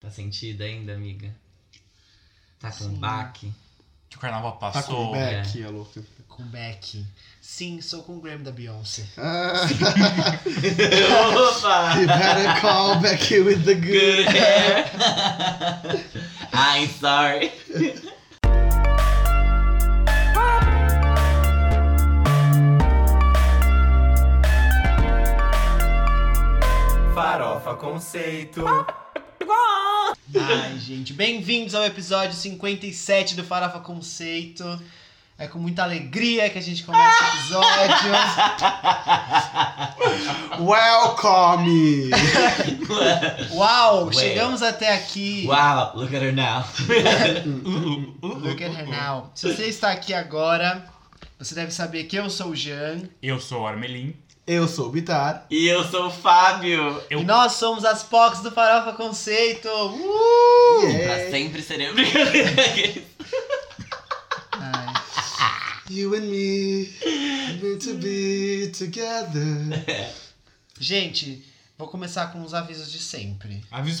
Tá sentida ainda, amiga? Tá com Sim. baque? É. Que o carnaval Tá com passou. o back, a louca. Com Beck. Sim, sou com o Grammy da Beyoncé. Ah, Opa! you better call back with the good. Good hair! I'm sorry! Farofa Conceito. Ai, gente, bem-vindos ao episódio 57 do Farofa Conceito. É com muita alegria que a gente começa o episódio. Welcome! Uau, Ué. chegamos até aqui. Wow, look at her now! Uh, Look at her now. Se você está aqui agora, você deve saber que eu sou o Jean Eu sou o Armelin. Eu sou o Bitar. E eu sou o Fábio! Eu- e nós somos as Pocs do Farofa Conceito. Uh! Pra Yeah, sempre seremos. Ai, you and me, meant to be together. Gente, vou começar com os avisos de sempre. Avisos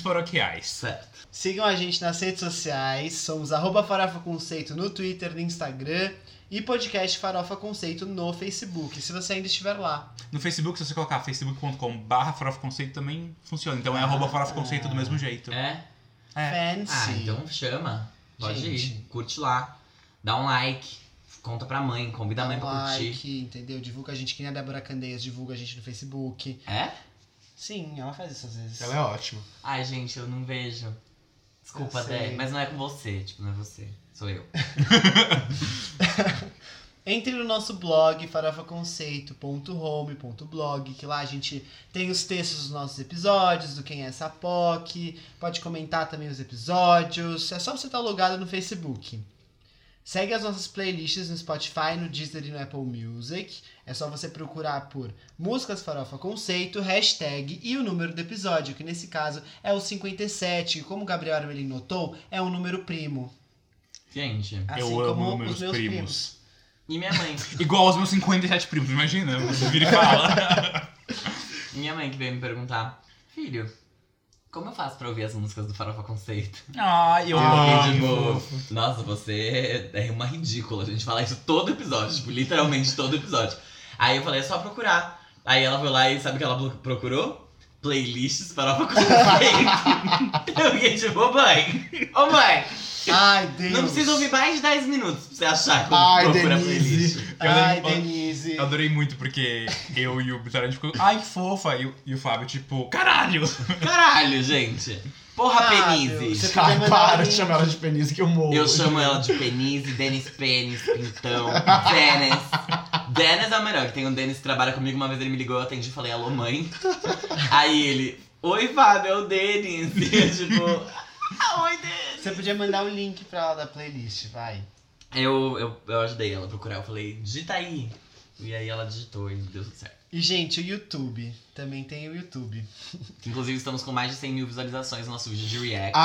paroquiais. certo. Sigam a gente nas redes sociais, somos arroba Farofa Conceito no Twitter, no Instagram e podcast Farofa Conceito no Facebook, se você ainda estiver lá. No Facebook, se você colocar facebook.com.br farofaconceito também funciona. Então é Ah. arroba farofaconceito do mesmo jeito. É? Fancy. Ah, então chama. Pode Gente. ir. Curte lá. Dá um like. Conta pra mãe. Convida a um mãe pra curtir. like, entendeu? Divulga a gente, que nem a Débora Candeias divulga a gente no Facebook. É? Sim, ela faz isso às vezes. Ela é ótima. Ai, gente, eu não vejo. Desculpa, Eu sei. Dé, mas não é com você. Tipo, não é você. Sou eu. Entre no nosso blog, farofaconceito.home.blog, que lá a gente tem os textos dos nossos episódios, do Quem é essa POC, pode comentar também os episódios, é só você estar logado no Facebook. Segue as nossas playlists no Spotify, no Deezer e no Apple Music. É só você procurar por Músicas Farofa Conceito, hashtag e o número do episódio, que nesse caso é o 57, que como o Gabriel Armelin notou, é um número primo. Gente. Assim eu amo como meus, os meus primos. primos. E minha mãe? Igual aos meus 57 primos, imagina. Você vira e fala. E minha mãe que veio me perguntar: Filho, como eu faço pra ouvir as músicas do Farofa Conceito? ah, eu Eu Ah, fiquei, que tipo, nossa, você é uma ridícula. A gente fala isso todo episódio, tipo, literalmente todo episódio. Aí eu falei, é só procurar. Aí ela foi lá e sabe o que ela blo- procurou? Playlists farofa conceito. eu fiquei tipo, ô mãe, ô mãe, Ai, Deus! não precisa ouvir mais de 10 minutos pra você achar como Ai, procura Denise. playlist. Eu Ai, lembro- Denise. Eu adorei muito porque eu e o Bitar a gente ficou. Ai, que fofa! E, o- e o Fábio, tipo, caralho! Caralho, gente. Porra, Ah, Penise. Deus. Você podia Cara, mandar para um de link. chamar ela de penis que eu morro. é Eu chamo ela de Penise, Denis Penis, Pintão, Dennis. Dennis é o melhor, que tem um Dennis que trabalha comigo. Uma vez ele me ligou, eu atendi e falei, alô, mãe. Aí ele, oi, Fábio, é o Denis. E eu, tipo, "Ah, oi, Denis. Você podia mandar o link pra ela da playlist, vai. Eu, eu, eu ajudei ela a procurar, eu falei, digita aí. E aí ela digitou e deu tudo certo. E, gente, o YouTube. Também tem o YouTube. Inclusive, estamos com mais de 100 mil visualizações no nosso vídeo de react.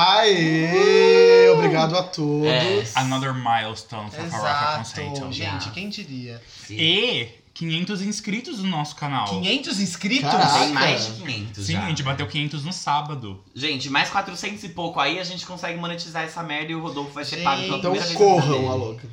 Aê! Obrigado a todos. Uh. É. Another milestone for Farofa Exato. Conceito. Gente, quem diria? Sim. E 500 inscritos no nosso canal. 500 inscritos? Caraca. Tem mais de 500 Sim, já. a gente bateu 500 no sábado. Gente, mais 400 e pouco aí, a gente consegue monetizar essa merda e o Rodolfo vai ser Gente. pago pela Então primeira vez. na vida corram, dele. a louca.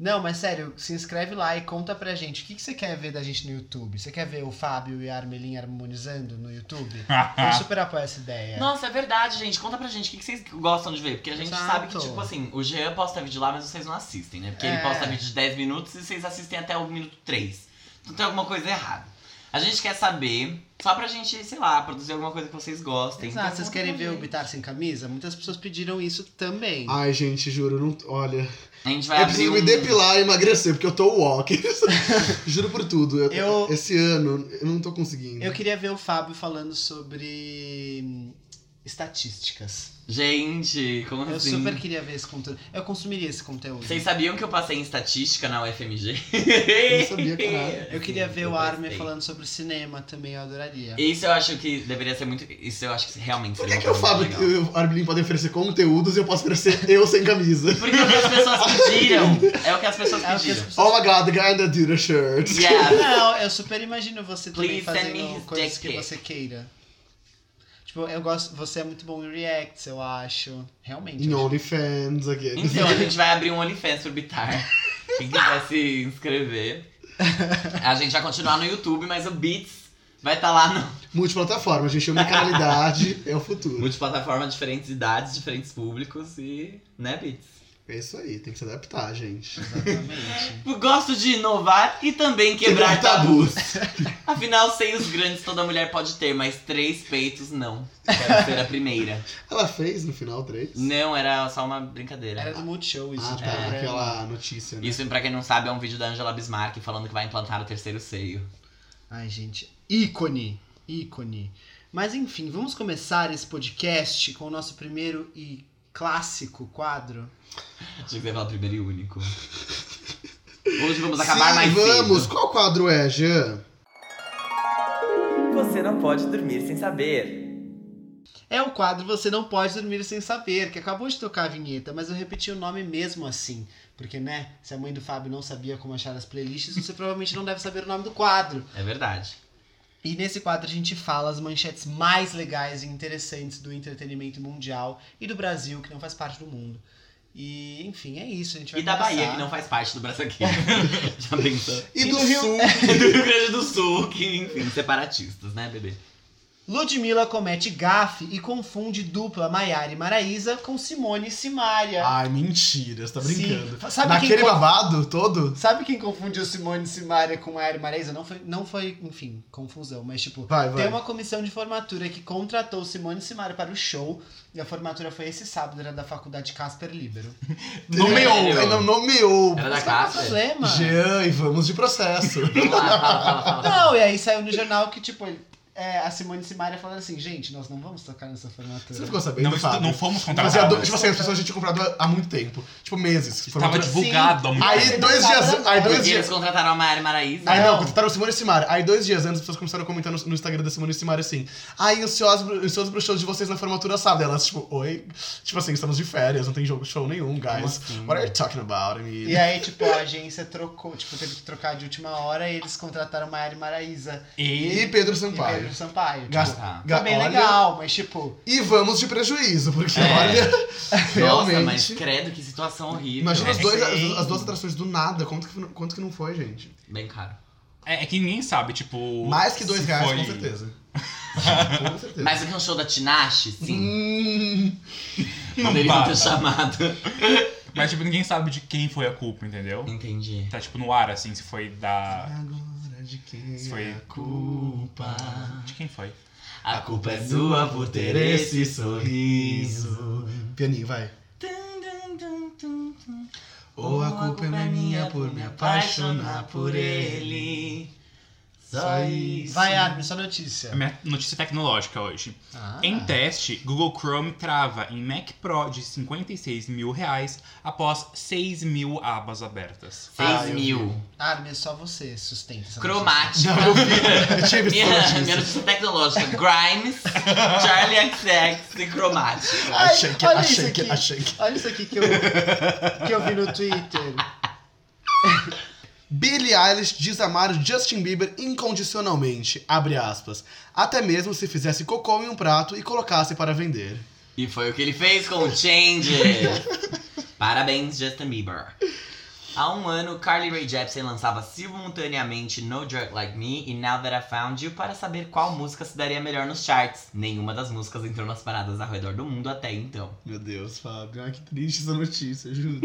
Não, mas sério, se inscreve lá e conta pra gente. O que, que você quer ver da gente no YouTube? Você quer ver o Fábio e a Armelin harmonizando no YouTube? Ah. Eu super apoio essa ideia. Nossa, é verdade, gente. Conta pra gente o que que vocês gostam de ver. Porque a gente Exato. sabe que, tipo assim, o Jean posta vídeo lá, mas vocês não assistem, né? Porque É. ele posta vídeo de 10 minutos e vocês assistem até o minuto 3. Então tem alguma coisa errada. A gente quer saber, só pra gente, sei lá, produzir alguma coisa que vocês gostem. Exato, Então, vocês conta querem pra ver o gente. Bitar sem camisa? Muitas pessoas pediram isso também. Ai, gente, juro, não. Olha. A gente vai eu abrir preciso um... me depilar e emagrecer, porque eu tô walk. juro por tudo. Eu, Eu- Esse ano, eu não tô conseguindo. Eu queria ver o Fábio falando sobre hum, estatísticas. Gente, como Eu assim? super queria ver esse conteúdo. Eu consumiria esse conteúdo. Vocês sabiam que eu passei em estatística na UFMG? Eu não sabia, caralho. Eu queria Sim, ver o eu Armin testei. falando sobre cinema também, eu adoraria. Isso eu acho que deveria ser muito. Isso eu acho que realmente Por seria É que, uma que o coisa Fábio muito legal. e o Arbilin podem oferecer conteúdos e eu posso oferecer eu sem camisa? Porque é o que as pessoas pediram. É o que as pessoas É o que as pediram. é, Oh pessoas... my god, the guy in the Duda shirt. Yeah. Não, eu super imagino você também Please send me fazendo his coisas dick que pic. você queira. Tipo, eu gosto. Você é muito bom em reacts, eu acho. Realmente. Em eu acho- OnlyFans, aquele. Então, a gente vai abrir um OnlyFans pro Bitar. Quem quiser se inscrever. A gente vai continuar no YouTube, mas o Beats vai estar lá no Multiplataforma, gente. Unicanalidade é o futuro. multiplataforma, diferentes idades, diferentes públicos e. né, Beats? É isso aí, tem que se adaptar, gente. Exatamente. Eu Gosto de inovar e também quebrar Quebrar tabus. tabus. Afinal, seios grandes toda mulher pode ter, mas três peitos não. Quero ser a primeira. Ela fez no final três. Não, era só uma brincadeira. Era do Multishow isso. tipo, é. de Ah, tá. programa. Aquela notícia, né? Isso, pra quem não sabe, é um vídeo da Angela Bismarck falando que vai implantar o terceiro seio. Ai, gente. ícone. ícone. Mas enfim, vamos começar esse podcast com o nosso primeiro e clássico quadro. Achei que você ia falar primeiro e único. Hoje vamos acabar Sim, mais Vamos! cedo. Qual quadro é, Jean? Você não pode dormir sem saber. É o quadro Você Não Pode Dormir Sem Saber, que acabou de tocar a vinheta, mas eu repeti o nome mesmo assim. Porque, né, se a mãe do Fábio não sabia como achar as playlists, você provavelmente não deve saber o nome do quadro. É verdade. E nesse quadro a gente fala as manchetes mais legais e interessantes do entretenimento mundial e do Brasil, que não faz parte do mundo. E, enfim, é isso. A gente vai E da começar. Bahia, que não faz parte do Brasil aqui. Já pensou? E, E do do Rio- Sul? E do Rio Grande do Sul, que, enfim, separatistas, né, bebê? Ludmilla comete gafe e confunde dupla Maiara e Maraísa com Simone e Simaria. Ai, mentira, você tá brincando. É. Sim. Sabe Naquele quem co- babado todo? Sabe quem confundiu Simone e Simaria com Maiara e Maraísa? Não foi, não foi, enfim, confusão, mas tipo, Vai, vai. Tem uma comissão de formatura que contratou Simone e Simaria para o show. E a formatura foi esse sábado, era da faculdade Casper Libero. Nomeou, Sério? ele não nomeou. Era da Mas qual é o casa. problema? Jean, e vamos de processo. Vamos lá, fala, fala, fala. Não, e aí saiu no jornal que, tipo, é, a Simone e Simaria falando assim, gente, nós não vamos tocar nessa Você não formatura. ficou sabendo, Não, isso Fábio? não fomos Tipo assim, a do- contratados. tipo assim, as pessoas já tinham comprado há- há muito tempo. Tipo, meses. Tava Formatura- divulgado há muito Aí Você tempo. não dois sabe dias. nada. Aí dois Porque eles dias. contrataram a Maiara e Maraísa. né? Aí não, Ah, Não. contrataram Simone e Simara. Aí dois dias antes as pessoas começaram a comentar no, no Instagram da Simone e Simara assim. Ai, ansiosos ansioso pro show de vocês na formatura sábado. E Elas, tipo, oi. Tipo assim, estamos de férias, não tem jogo show nenhum, Um guys. é What are you talking about? I mean, E aí, tipo, a agência trocou, tipo, teve que trocar de última hora e eles contrataram Maiara e Maraísa E e E Pedro Pedro Sampaio. Sampaio. Tipo, Gasta- Tá. ga- Tá bem olha- legal, mas tipo, E vamos de prejuízo, porque É. olha, Nossa, mas realmente. credo, que situação horrível. Imagina os É dois, sim. as, as duas atrações do nada. Quanto que, foi- quanto que não foi, gente? Bem caro. é, é que ninguém sabe, tipo. Mais que dois se reais, foi- com certeza. com certeza. Mais do que um show da Tinashe, sim. Hum, assim, Não Poderiam ter basta. chamado. Mas, tipo, ninguém sabe de quem foi a culpa, entendeu? Entendi. Tá, tipo, no ar, assim, se foi da. agora de quem Se é foi- a culpa? De quem foi? A culpa é sua por ter esse sorriso. Pianinho, vai. Ou a culpa é minha por me apaixonar por ele. Só isso. vai, Armin, sua notícia. A minha notícia tecnológica hoje. Ah. Em teste, Google Chrome trava em Mac Pro de 56 mil reais após 6 mil abas abertas. 6 Ah, eu mil. Armin, é só você sustenta essa Cromática. Não, eu vi. Eu tive Minha, essa minha notícia. notícia tecnológica. Grimes, Charlie XX e cromática. Ai, Achei que, olha achei isso que, aqui. achei que. notícia. Olha isso aqui que eu, que eu vi no Twitter. Billie Eilish diz amar Justin Bieber incondicionalmente, abre aspas, até mesmo se fizesse cocô em um prato e colocasse para vender. E foi o que ele fez com o Change. Parabéns, Justin Bieber. Há um ano, Carly Rae Jepsen lançava simultaneamente No Jerk Like Me e Now That I Found You para saber qual música se daria melhor nos charts. Nenhuma das músicas entrou nas paradas ao redor do mundo até então. Meu Deus, Fábio, ai que triste essa notícia, juro.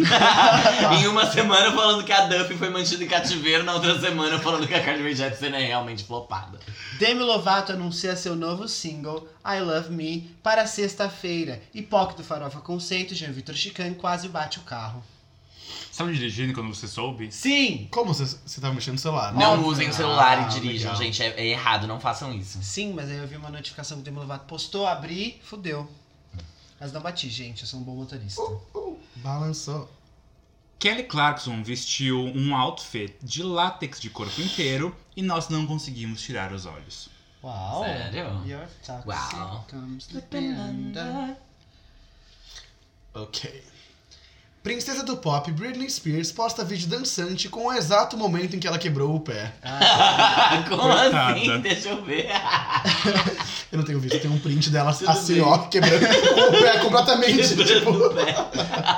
em uma semana falando que a Duffy foi mantida em cativeiro, na outra semana falando que a Carly Rae Jepsen é realmente flopada. Demi Lovato anuncia seu novo single, I Love Me, para sexta-feira. E POC do Farofa Conceito, Jean Vitor Chicane quase bate o carro. Estava dirigindo quando você soube? Sim! Como você, você tava mexendo no celular? Não Óbvio. usem o celular Ah, e dirijam, legal. gente. É, é errado, não façam isso. Sim, mas aí eu vi uma notificação que o Demi Lovato postou, abri, fudeu. Mas não bati, gente, eu sou um bom motorista. Balançou. Kelly Clarkson vestiu um outfit de látex de corpo inteiro e nós não conseguimos tirar os olhos. Uau! Sério? Your toxic Uau. comes slipping under. Ok. Princesa do pop Britney Spears posta vídeo dançante com o exato momento em que ela quebrou o pé. Ah, Como Coitada. assim? Deixa eu ver. Eu não tenho visto, tem um print dela Tudo assim, bem. ó, quebrando o pé completamente. tipo.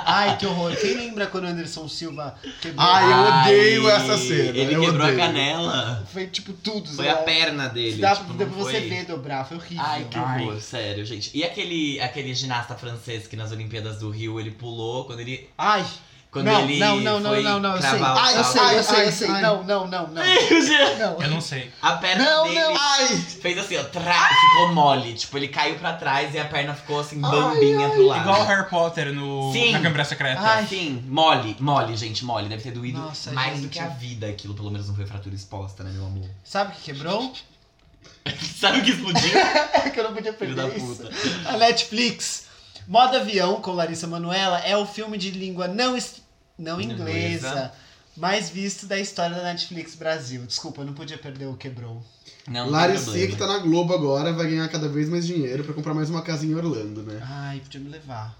Ai, que horror. Quem lembra quando o Anderson Silva quebrou? Ai, eu odeio essa cena, Ele eu quebrou odeio. a canela. Foi tipo tudo. Foi né? a perna dele. Dá, tipo, não depois você foi- vê dobrar, foi horrível. Ai, que Ai. horror, sério, gente. E aquele, aquele ginasta francês que nas Olimpíadas do Rio ele pulou quando ele. Ai. Quando não, ele não, não, não, foi não, não, eu sei. cravar o Ai, eu salto. sei, eu Ai, sei, ai, eu sei. ai. Não, não, não, não. Não. Eu não sei. A perna Não, dele não. ah. Ai! fez assim, ó, tra... ficou mole. Tipo, ele caiu pra trás e a perna ficou assim, bambinha pro lado. Igual o Harry Potter no, Sim. na Câmara Secreta. Ai, sim, mole, mole, gente, mole. Deve ter doído Nossa, mais do gente. que a vida aquilo. Pelo menos não foi fratura exposta, né, meu amor? Sabe o que quebrou? Sabe o que explodiu? É que eu não podia Filho perder da isso. puta. A Netflix. Moda Avião, com Larissa Manoela, é o filme de língua não, es- não inglesa, Inglesa. mais visto da história da Netflix Brasil. Desculpa, eu não podia perder o quebrou. Não, não Larissia, tem que problema. tá na Globo agora, vai ganhar cada vez mais dinheiro pra comprar mais uma casa em Orlando, né? Ai, podia me levar.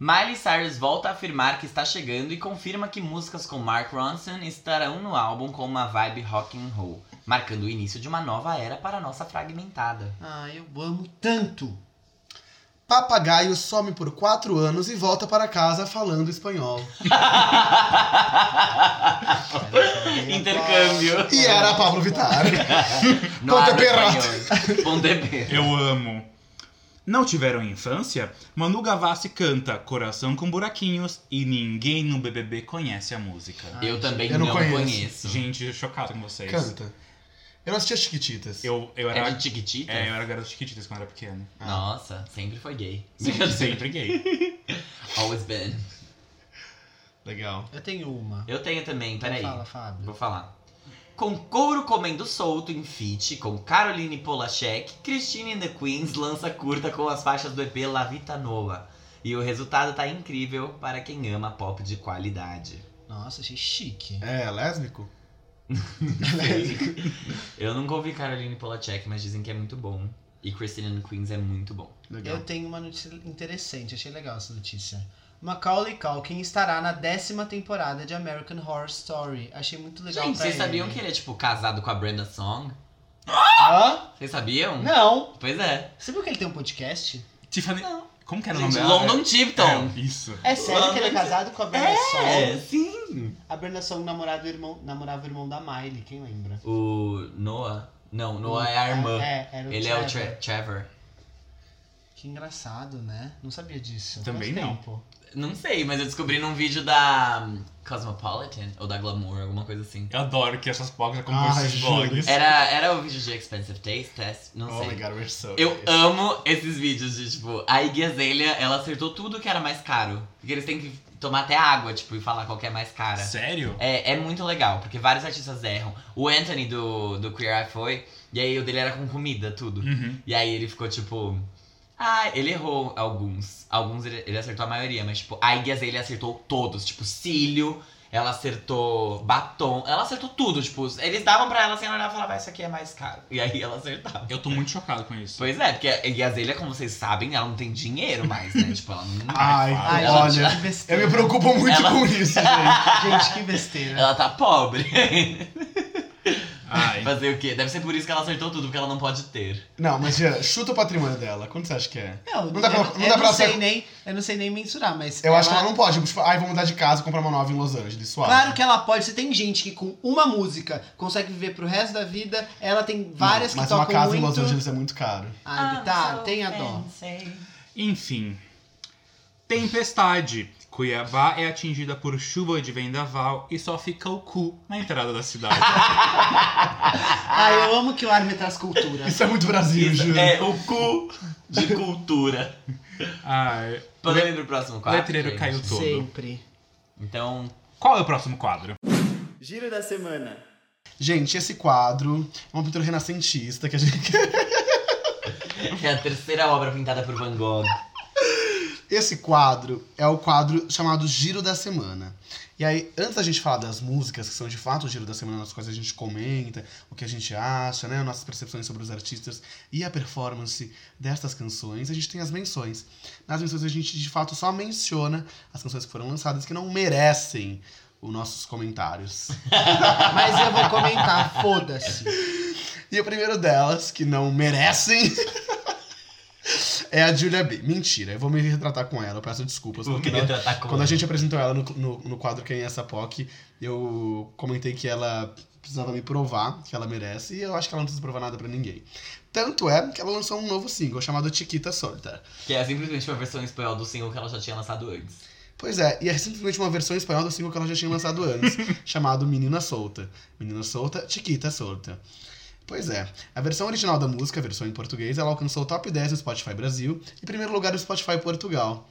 Miley Cyrus volta a afirmar que está chegando e confirma que músicas com Mark Ronson estarão no álbum com uma vibe rock and roll, marcando o início de uma nova era para a nossa fragmentada. Ai, eu amo tanto. Papagaio some por quatro anos e volta para casa falando espanhol. Intercâmbio. E era a Pablo Vittar. É Não Ponte abre Perrot. canhões. Ponte Perrot. Eu amo. Não tiveram infância? Manu Gavassi canta Coração com Buraquinhos e ninguém no BBB conhece a música. Eu também Eu não, não conheço. conheço. Gente, chocado com vocês. Canta. Eu não assistia Chiquititas. Eu, eu É era. de Chiquititas? É, eu era garoto chiquititas quando era pequeno. Nossa, sempre foi gay. Sempre, sempre gay. Always been. Legal. Eu tenho uma. Eu tenho também, peraí. Fala, Fábio. Vou falar. Com couro comendo solto em feat com Caroline Polachek, Christine and the Queens lança curta com as faixas do EP La Vita Nova. E o resultado tá incrível para quem ama pop de qualidade. Nossa, achei chique. É, lésbico? Eu nunca ouvi Caroline Polachek, mas dizem que é muito bom. E Christine and the Queens é muito bom. Legal. Eu tenho uma notícia interessante, achei legal essa notícia. Macaulay Culkin estará na décima temporada de American Horror Story. Achei muito legal Gente, pra vocês ele. né? sabiam que ele é, tipo, casado com a Brenda Song? Hã? Vocês sabiam? Não! Pois é. Você viu que ele tem um podcast? Tiffany. Não. Como que era Gente, o nome dela? London Tipton. É, isso. É sério que ele é London- casado com a Brenda É, Song? sim. A Brenda Song namorava o irmão, namorava o irmão da Miley, quem lembra? O Noah. Não, Noah é a irmã. É, era o Ele Trevor. é o Tre- Trevor. Que engraçado, né? Não sabia disso. Também Faz não. tempo. Não sei, mas eu descobri num vídeo da hum, Cosmopolitan ou da Glamour, alguma coisa assim. Eu adoro que essas é blogs acompanham Ai, esses juro. blogs. Era, era o vídeo de Expensive Taste Test, não Oh my sei. god, we're so Eu gay. amo esses vídeos de, tipo, a Iggy Azalea, ela acertou tudo que era mais caro. Porque eles têm que tomar até água, tipo, e falar qual que é mais cara. Sério? É, é muito legal, porque vários artistas erram. O Anthony do, do Queer Eye foi, e aí o dele era com comida, tudo. Uhum. E aí ele ficou tipo. Ah, ele errou alguns. Alguns ele, ele acertou a maioria, mas tipo, a Iggy ele acertou todos. Tipo, cílio, ela acertou batom, ela acertou tudo. Tipo, eles davam pra ela sem olhar e falava, "Ah, isso aqui é mais caro. E aí ela acertava. Eu tô muito chocado com isso. Pois é, porque a Iggy Azalea, como vocês sabem, ela não tem dinheiro mais, né? tipo, ela não. Ah, Ai, Ai, Ah, olha. gente, que Eu besteira. me preocupo muito Ela- com isso, gente. Gente, que besteira. Ela tá pobre. Ai. Fazer o quê? Deve ser por isso que ela acertou tudo, porque ela não pode ter. Não, mas Jean, chuta o patrimônio dela. Quanto você acha que é? Não, Não dá pra- eu, não eu dá pra sei ser- nem, eu não sei nem mensurar, mas Eu acho que ela não pode. Tipo, ai, vou mudar de casa e comprar uma nova em Los Angeles. Suave. Claro que ela pode. Se tem gente que com uma música consegue viver pro resto da vida, ela tem várias Mas que uma tocam casa em muito. Los Angeles é muito caro. Ah, tá, tem a dó. Enfim. Tempestade. Cuiabá é atingida por chuva de vendaval e só fica o cu na entrada da cidade. Ah, eu amo que o Armin traz cultura. Isso é muito Brasil, Isso juro. é o cu de cultura. Ai, o Podemos ir pro próximo le- quadro? letreiro gente? caiu todo. Sempre. Então, Qual é o próximo quadro? Giro da semana. Gente, esse quadro é uma pintura renascentista que a gente. é a terceira obra pintada por Van Gogh. Esse quadro é o quadro chamado Giro da Semana. E aí, antes da gente falar das músicas, que são de fato o Giro da Semana, as coisas que a gente comenta, o que a gente acha, né? Nossas percepções sobre os artistas e a performance destas canções, a gente tem as menções. Nas menções a gente, de fato, só menciona as canções que foram lançadas que não merecem os nossos comentários. Mas eu vou comentar, foda-se. E o primeiro delas, que não merecem, é a Julia B. Mentira, eu vou me retratar com ela, eu peço desculpas. Vou Porque me ela- retratar com quando a ela. gente apresentou ela no, no, no quadro Quem é essa POC, eu comentei que ela precisava me provar que ela merece, e eu acho que ela não precisa provar nada pra ninguém. Tanto é que ela lançou um novo single chamado Chiquita Solta. Que é simplesmente uma versão em espanhol do single que ela já tinha lançado antes. Pois é, e é simplesmente uma versão em espanhol do single que ela já tinha lançado antes, chamado Menina Solta. Menina Solta, Chiquita Solta. Pois é, a versão original da música, a versão em português, ela alcançou o top 10 no Spotify Brasil e primeiro lugar no Spotify Portugal.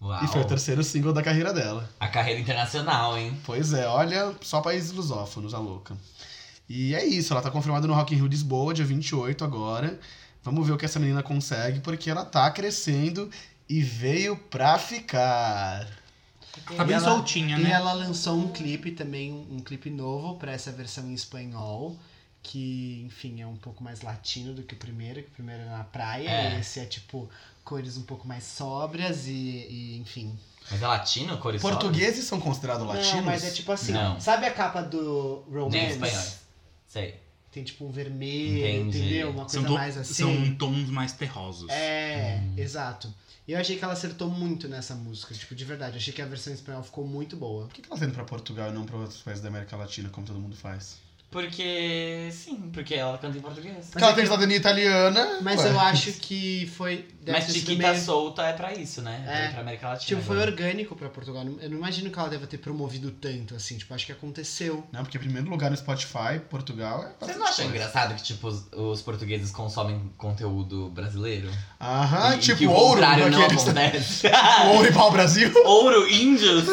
Uau. E foi o terceiro single da carreira dela. A carreira internacional, hein? Pois é, olha, só países lusófonos, a louca. E é isso, ela tá confirmada no Rock in Rio Lisboa, dia 28 agora. Vamos ver o que essa menina consegue, porque ela tá crescendo e veio pra ficar. Tá bem ela- soltinha, E né? ela lançou um clipe também, um um clipe novo pra essa versão em espanhol, que, enfim, é um pouco mais latino do que o primeiro, que o primeiro era na praia, É. e esse é tipo cores um pouco mais sóbrias e, e, enfim. Mas é latino, cores Portugueses são considerados latinos? Não, mas é tipo assim, Não. sabe a capa do Nem Romance? espanhóis. Sei. Tem tipo um vermelho, Entendi. entendeu? Uma coisa São, to- mais assim. são tons mais terrosos. É, exato. E eu achei que ela acertou muito nessa música, tipo, de verdade. Eu achei que a versão em espanhol ficou muito boa. Por que que ela tá indo pra Portugal e não pra outros países da América Latina, como todo mundo faz? Porque. Sim, porque ela canta em português. Porque ela é tem que- cidadania italiana. Mas ué. eu acho que foi. deve ter Mas sido Chiquita meio- solta é pra isso, né? É. É, pra América Latina. Tipo, foi agora. orgânico pra Portugal. Eu não imagino que ela deva ter promovido tanto, assim. Tipo, acho que aconteceu. Não, porque primeiro lugar no Spotify, Portugal é Vocês bastante não acham coisa. engraçado que, tipo, os, os portugueses consomem conteúdo brasileiro? Aham, E tipo que o ouro, contrário não daqueles- acontece. ouro e pau-brasil. ouro índios?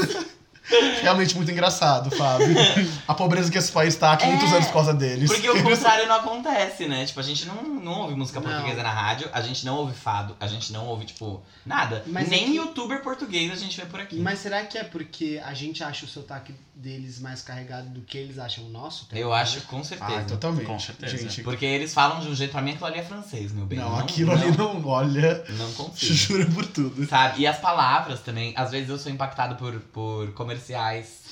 Realmente muito engraçado, Fábio. A pobreza que esse país tá há 500 É, anos por causa deles. Porque o contrário não acontece, né? Tipo, a gente não, não ouve música Não. portuguesa na rádio, a gente não ouve fado, a gente não ouve, tipo, nada. Mas Nem é que- youtuber português a gente vê por aqui. Mas será que é porque a gente acha o sotaque deles mais carregado do que eles acham o nosso? Eu acho com certeza. Ah, totalmente. Com certeza. Gente, Porque eles falam de um jeito, pra mim aquilo ali é francês, meu bem. não, aquilo ali não olha. Não Te consigo. juro por tudo. Sabe? E as palavras também. Às vezes eu sou impactado por, por comerciais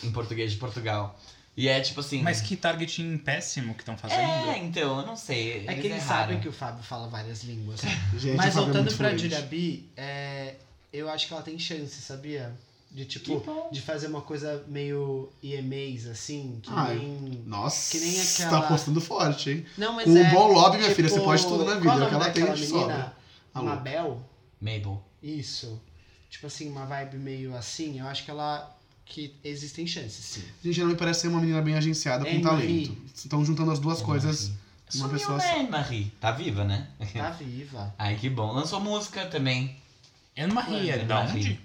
em português de Portugal. E é tipo assim. Mas que targeting péssimo que estão tá fazendo. É, então, eu não sei. É que eles erraram. sabem que o Fábio fala várias línguas. Gente, Mas o Fábio é voltando muito pra fluente. Julia B, é, eu acho que ela tem chance, sabia? De tipo, Que bom. de fazer uma coisa meio EMAs, assim, que Ai. nem. Nossa, Que nem você aquela- tá apostando forte, hein? Não, mas O é. bom lobby, minha tipo, filha, você pode tudo na vida. é qual O o que nome ela tem, Ah, a daquela gente menina? sobra. A louca. Mabel? Mabel. Isso. Tipo assim, uma vibe meio assim, eu acho que ela. que existem chances, sim. Gente, ela me parece ser uma menina bem agenciada, com Anne Marie. talento. Estão juntando as duas coisas. Uma Sumiu, pessoa né, Marie? Tá viva, né? Tá viva. Ai, que bom. Lançou música também. Anne-Marie, é Anne da Marie. onde?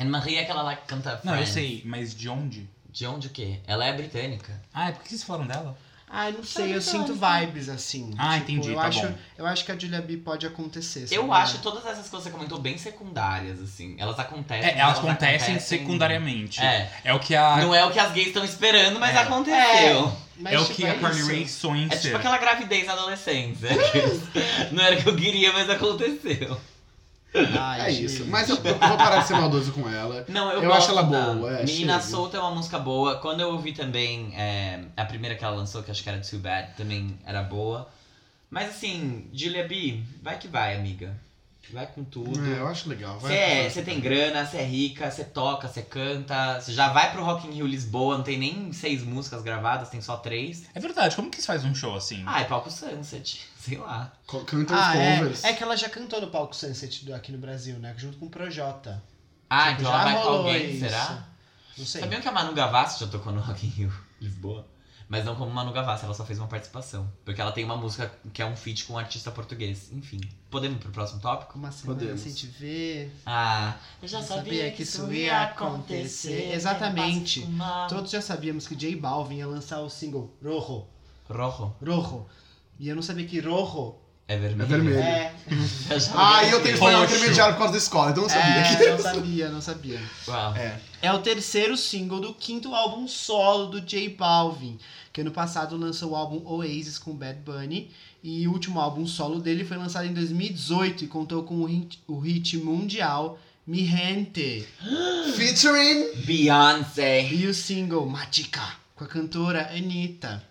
Anne-Marie é aquela lá que canta Friends. Não, eu sei, mas de onde? De onde o quê? Ela é britânica. Ah, é porque vocês falaram dela? Ai, não sei, Ah, eu Sabe, sinto vibes assim. Ah, entendi, eu tá acho, bom. Eu acho que a Julia B pode acontecer. Eu é um sabe? acho todas essas coisas que você comentou bem secundárias, assim. Elas acontecem. É, mas elas acontecem, acontecem- secundariamente. É. É. o que a. Não é o que as gays estão esperando, mas É. aconteceu. Mas, É o tipo, que a Carly isso. Rae sonha em É, ser. tipo aquela gravidez na adolescência. Não era o que eu queria, mas aconteceu. Ai, É gente. isso. Mas eu, eu vou parar de ser maldoso com ela. Não, eu, Eu gosto acho ela da- boa, é, Menina chega. Solta é uma música boa. Quando eu ouvi também é, a primeira que ela lançou, que acho que era Too Bad, também era boa. Mas assim, Julia B, vai que vai, amiga. Vai com tudo. É, eu acho legal. vai. Você tem grana, você é rica, você toca, você canta. Você já vai pro Rock in Rio Lisboa, não tem nem seis músicas gravadas, tem só três. É verdade, como que se faz um show assim? Ah, é palco Sunset, sei lá. Co- Canta os Ah, covers. é, é que ela já cantou no palco Sunset do- aqui no Brasil, né? Junto com o Projota. Ah, Tipo, então já ela vai com rolou alguém, isso. será? Não sei. Sabiam que a Manu Gavassi já tocou no Rock in Rio Lisboa? Mas não como Manu Gavassi, ela só fez uma participação. Porque ela tem uma música que é um feat com um artista português. Enfim, podemos ir pro próximo tópico? Como assim? uma semana Podemos. sem te ver. Ah, eu já sabia que isso ia acontecer. Exatamente. Todos já sabíamos que J Balvin ia lançar o single Rojo. Rojo, Rojo. E eu não sabia que Rojo é vermelho. É vermelho. é. Eu já Ah, e olhei eu tenho espanhol Poxa. intermediário por causa da escola, então eu não sabia. é não sabia, não sabia. aqui. Uau. É. É o terceiro single do quinto álbum solo do J Balvin, que ano passado lançou o álbum Oasis com Bad Bunny. E o último álbum solo dele foi lançado em 2018 e contou com o hit, o hit mundial Mi Gente É. Featuring. Beyoncé. e o single Matica, com a cantora Anitta.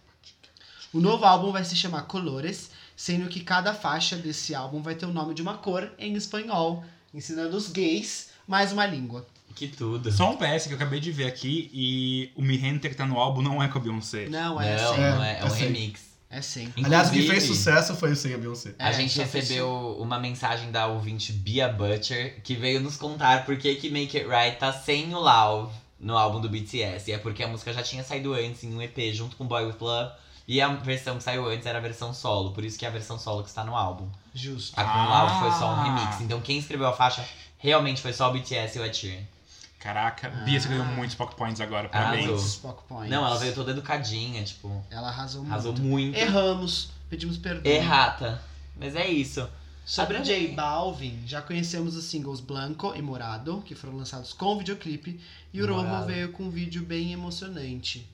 O novo álbum vai se chamar Colores sendo que cada faixa desse álbum vai ter o nome de uma cor em espanhol, ensinando os gays mais uma língua. Que tudo. Só um PS que eu acabei de ver aqui e o Mi Hunter que tá no álbum não é com a Beyoncé. Não, Não, é não, sim. é, é, é um é sim. remix. É sim. Aliás, o que fez Inclusive, sucesso foi o Sem a Beyoncé. A É, gente já fez recebeu uma mensagem da ouvinte Bia Butcher que veio nos contar por que, que Make It Right tá sem o Love no álbum do BTS. E é porque a música já tinha saído antes em um EP junto com Boy With Love. E a versão que saiu antes era a versão solo, por isso que é a versão solo que está no álbum. Justo. A com Ah. o Love foi só um remix. Então quem escreveu a faixa realmente foi só o BTS e o Ed Sheeran. Caraca, Bia, você ganhou Ah. muitos Pock Points agora, Arrasou. parabéns. Muitos Pock points. Não, ela veio toda educadinha, tipo, Ela arrasou, arrasou Hum, muito. muito. Erramos, pedimos perdão. Errata. Mas é isso. Sobre Adorei. J Balvin, já conhecemos os singles Blanco e Morado, que foram lançados com videoclipe, e o Romo Morado. veio com um vídeo bem emocionante.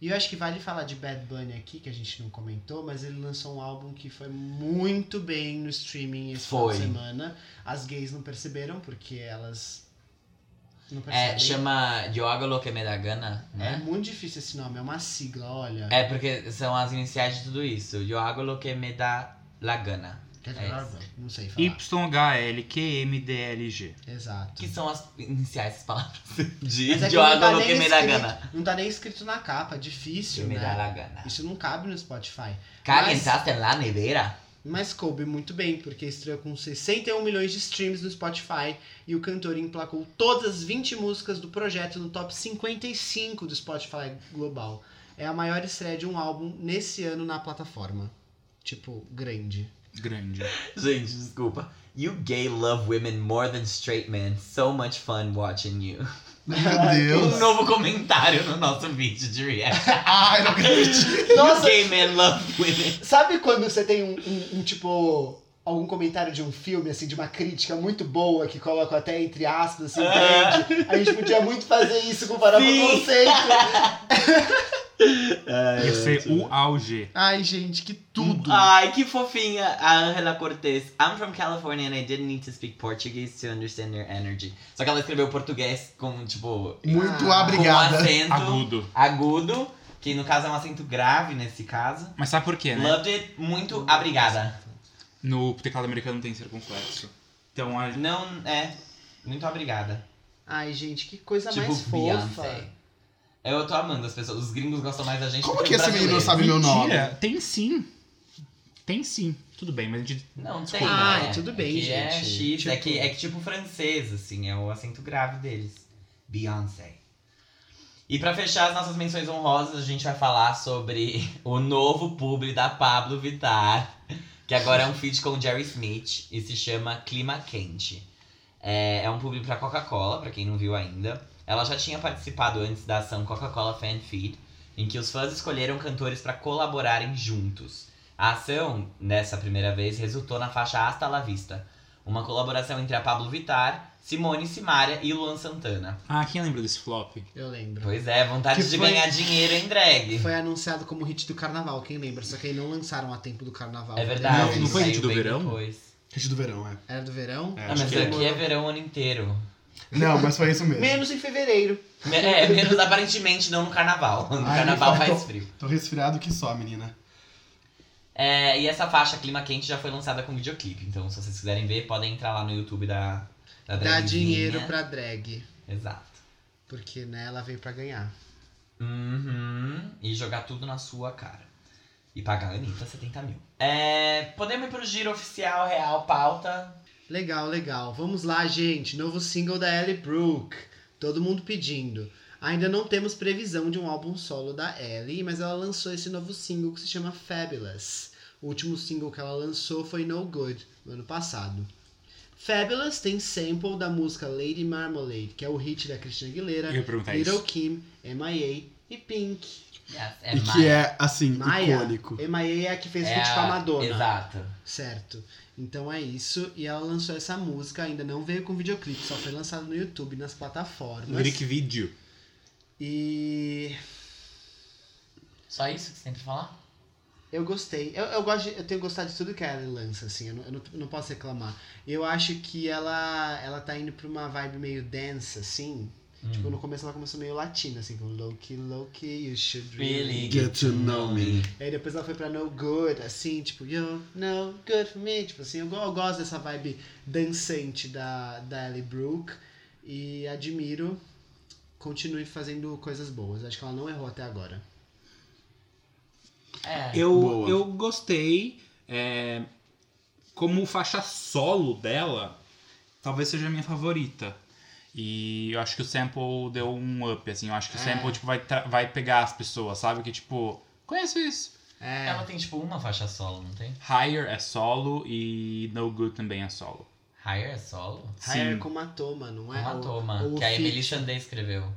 E eu acho que vale falar de Bad Bunny aqui, que a gente não comentou, mas ele lançou um álbum que foi muito bem no streaming esse Foi. final de semana. As gays não perceberam, porque elas não percebem. É, chama Yoga Lo Que Me Da Gana, É né? muito difícil esse nome, é uma sigla, olha. É, porque são as iniciais de tudo isso. Yo hago lo que me da la gana. Quer dizer, ah, é não sei falar. YHLQMDLG. Exato. Que são as iniciais das palavras de Mas é que Yo não hago tá lo nem que me da escrito- gana. Não tá nem escrito na capa, Que difícil, me da né? la gana. Isso não cabe no Spotify. Calientaste en la nevera. Mas coube muito bem, porque estreou com 61 milhões de streams no Spotify e o cantor emplacou todas as 20 músicas do projeto no top 55 do Spotify global. É a maior estreia de um álbum nesse ano na plataforma. Tipo, grande. Grande. Gente, desculpa. You gay love women more than straight men. So much fun watching you. Meu Um Deus. novo comentário no nosso vídeo de react. Ai, não acredito. You gay men love women. Sabe quando você tem um, um- um, tipo. Algum comentário de um filme, assim, de uma crítica muito boa, que coloca até entre aspas, assim, Ah. grande? A gente podia muito fazer isso com o Pará Sim. Conceito. Ia ser o auge. Ai, gente, que tudo. Ai, que fofinha a Angela Cortez. I'm from California and I didn't need to speak Portuguese to understand your energy. Só que ela escreveu português com, tipo, Muito Ah, obrigada. com um acento agudo. Agudo. que no caso é um acento grave nesse caso. Mas sabe por quê, né? Loved it, muito obrigada. No teclado americano tem circunflexo. Então a... Não, é, muito obrigada. Ai, gente, que coisa tipo, é mais fofa. Beyoncé. Eu tô amando as pessoas, os gringos gostam mais da gente Como do que os esse menino brasileiros. sabe meu nome? Mentira, tem sim. Tem sim. Tudo bem, mas a gente... Não, tem, Ah, né? tudo bem, é que É, gente. X, é, Tipo- que, é que tipo francês, assim, é o acento grave deles. Beyoncé. E pra fechar as nossas menções honrosas, a gente vai falar sobre o novo publi da Pablo Vittar, que agora é um feat com o Jerry Smith e se chama Clima Quente. É, é um publi pra Coca-Cola, pra quem não viu ainda. Ela já tinha participado antes da ação Coca-Cola Fan Feed, em que os fãs escolheram cantores pra colaborarem juntos. A ação, nessa primeira vez, resultou na faixa Hasta la Vista, uma colaboração entre a Pablo Vittar, Simone Simaria e Luan Santana. Ah, quem lembra desse flop? Eu lembro. Pois é, vontade Que de foi- ganhar dinheiro em drag. Foi anunciado como hit do carnaval, quem lembra? Só que aí não lançaram a tempo do carnaval. É verdade. Não, não foi saiu gente do bem verão? Depois. Gente do verão, é. Era do verão? É, Ah, acho mas que isso é. aqui é verão o ano inteiro. Não, mas foi isso mesmo. Menos em fevereiro. Me- É, menos aparentemente não no carnaval. No Ai, carnaval me faz faltou. frio. Tô resfriado que só, menina. É, e essa faixa Clima Quente já foi lançada com videoclipe. Então, se vocês quiserem ver, podem entrar lá no YouTube da, da Dá dragzinha. dinheiro pra drag. Exato. Porque, né, ela veio pra ganhar. Uhum. E jogar tudo na sua cara. E pagar a Anitta 70 mil. É, podemos ir pro giro oficial, real, pauta. Legal, legal. Vamos lá, gente. Novo single da Ellie Brooke. Todo mundo pedindo. Ainda não temos previsão de um álbum solo da Ellie, mas ela lançou esse novo single que se chama Fabulous. O último single que ela lançou foi No Good, no ano passado. Fabulous tem sample da música Lady Marmalade, que é o hit da Christina Aguilera, Eu ia perguntar Little isso. Kim, MIA e Pink. Yes, é e que é, assim, Maia. icônico. MIA é a que fez É feat com a Madonna. Exato. Certo. Então é isso. E ela lançou essa música, ainda não veio com videoclipe, só foi lançado no YouTube, nas plataformas. Lyric Video. E Só isso que você tem pra falar? eu gostei. Eu, eu, gosto de- eu tenho gostado de tudo que ela lança, assim, eu não, eu não, eu não posso reclamar. Eu acho que ela, ela tá indo pra uma vibe meio dance, assim. Tipo, no começo ela começou meio latina, assim, com Loki, Loki, you should Really really. Get to know me. Aí depois ela foi pra No Good, assim, tipo, you no good for me. Tipo assim, eu, go- eu gosto dessa vibe dançante da, da Ellie Brooke e admiro. Continue fazendo coisas boas. Acho que ela não errou até agora. É. Eu, Boa. eu gostei. é, como faixa solo dela, talvez seja a minha favorita. E eu acho que o sample deu um up, assim. Eu acho que o É. sample tipo, vai, tra- vai pegar as pessoas, sabe? Que tipo, conheço isso. É. Ela tem tipo uma faixa solo, não tem? Higher é solo e No Good também é solo. Higher é solo? Higher Sim. como a toma, não é? Uma Ou- toma, ou que a feat. Emily Chandé escreveu.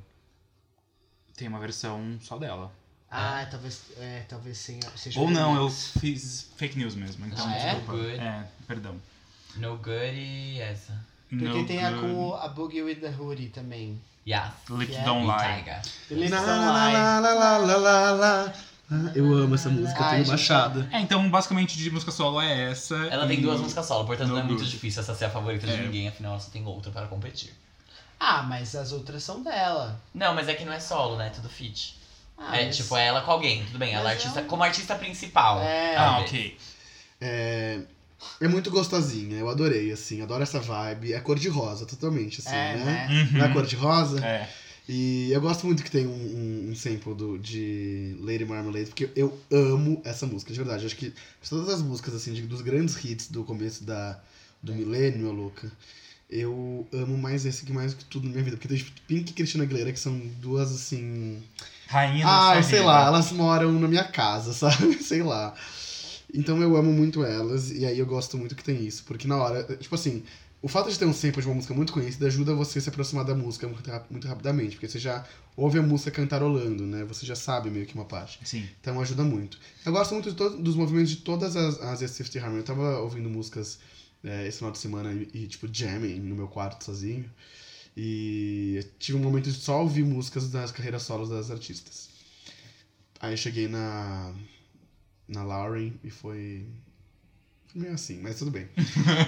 Tem uma versão só dela. Ah, talvez, é, talvez sim. seja Ou um não, eu remix. fiz fake news mesmo. Então, Ah, é? desculpa. Good. É, perdão. No good e essa. Porque No tem a Good, com a Boogie with the Hoodie também. Yes. Lick que é- Don't E Lie. Taiga. Beleza, Na, Don't la, Lie. la, la, la, la, la, la. Ah, Eu amo essa música, eu Ai, tenho gente. baixada. É, então basicamente de música solo é essa. Ela tem e- duas músicas solo, portanto No não é muito good. difícil essa ser a favorita de É. ninguém, afinal ela só tem outra para competir. Ah, mas as outras são dela. Não, mas é que não é solo, né? É tudo feat. Ah, é mas- tipo, é ela com alguém, tudo bem. Ela é Mas é artista, um- como artista principal. É. talvez. Ah, ok. É, é muito gostosinha, eu adorei, assim, adoro essa vibe. É cor de rosa, totalmente, assim, É, né? né? Uhum. Não é cor de rosa? É. E eu gosto muito que tem um, um, um sample do, de Lady Marmalade, porque eu amo essa música, de verdade. Eu acho que de todas as músicas, assim, de- dos grandes hits do começo da, do milênio, ô louca, eu amo mais esse que mais que tudo na minha vida. Porque tem tipo, Pink e Cristina Aguilera, que são duas, assim... Rainha da Ah, sua sei vida. lá, elas moram na minha casa, sabe? Sei lá. Então eu amo muito elas, e aí eu gosto muito que tem isso, porque na hora, tipo assim, o fato de ter um sample de uma música muito conhecida ajuda você a se aproximar da música muito, rap- muito rapidamente, porque você já ouve a música cantarolando, né? Você já sabe meio que uma parte. Sim. Então ajuda muito. Eu gosto muito de to- dos movimentos de todas as, as Safety Harmony. Eu tava ouvindo músicas é, esse final de semana e, e, tipo, jamming no meu quarto sozinho. E eu tive um momento de só ouvir músicas das carreiras solos das artistas. Aí eu cheguei na. na Lauren e foi. Foi meio assim, mas tudo bem.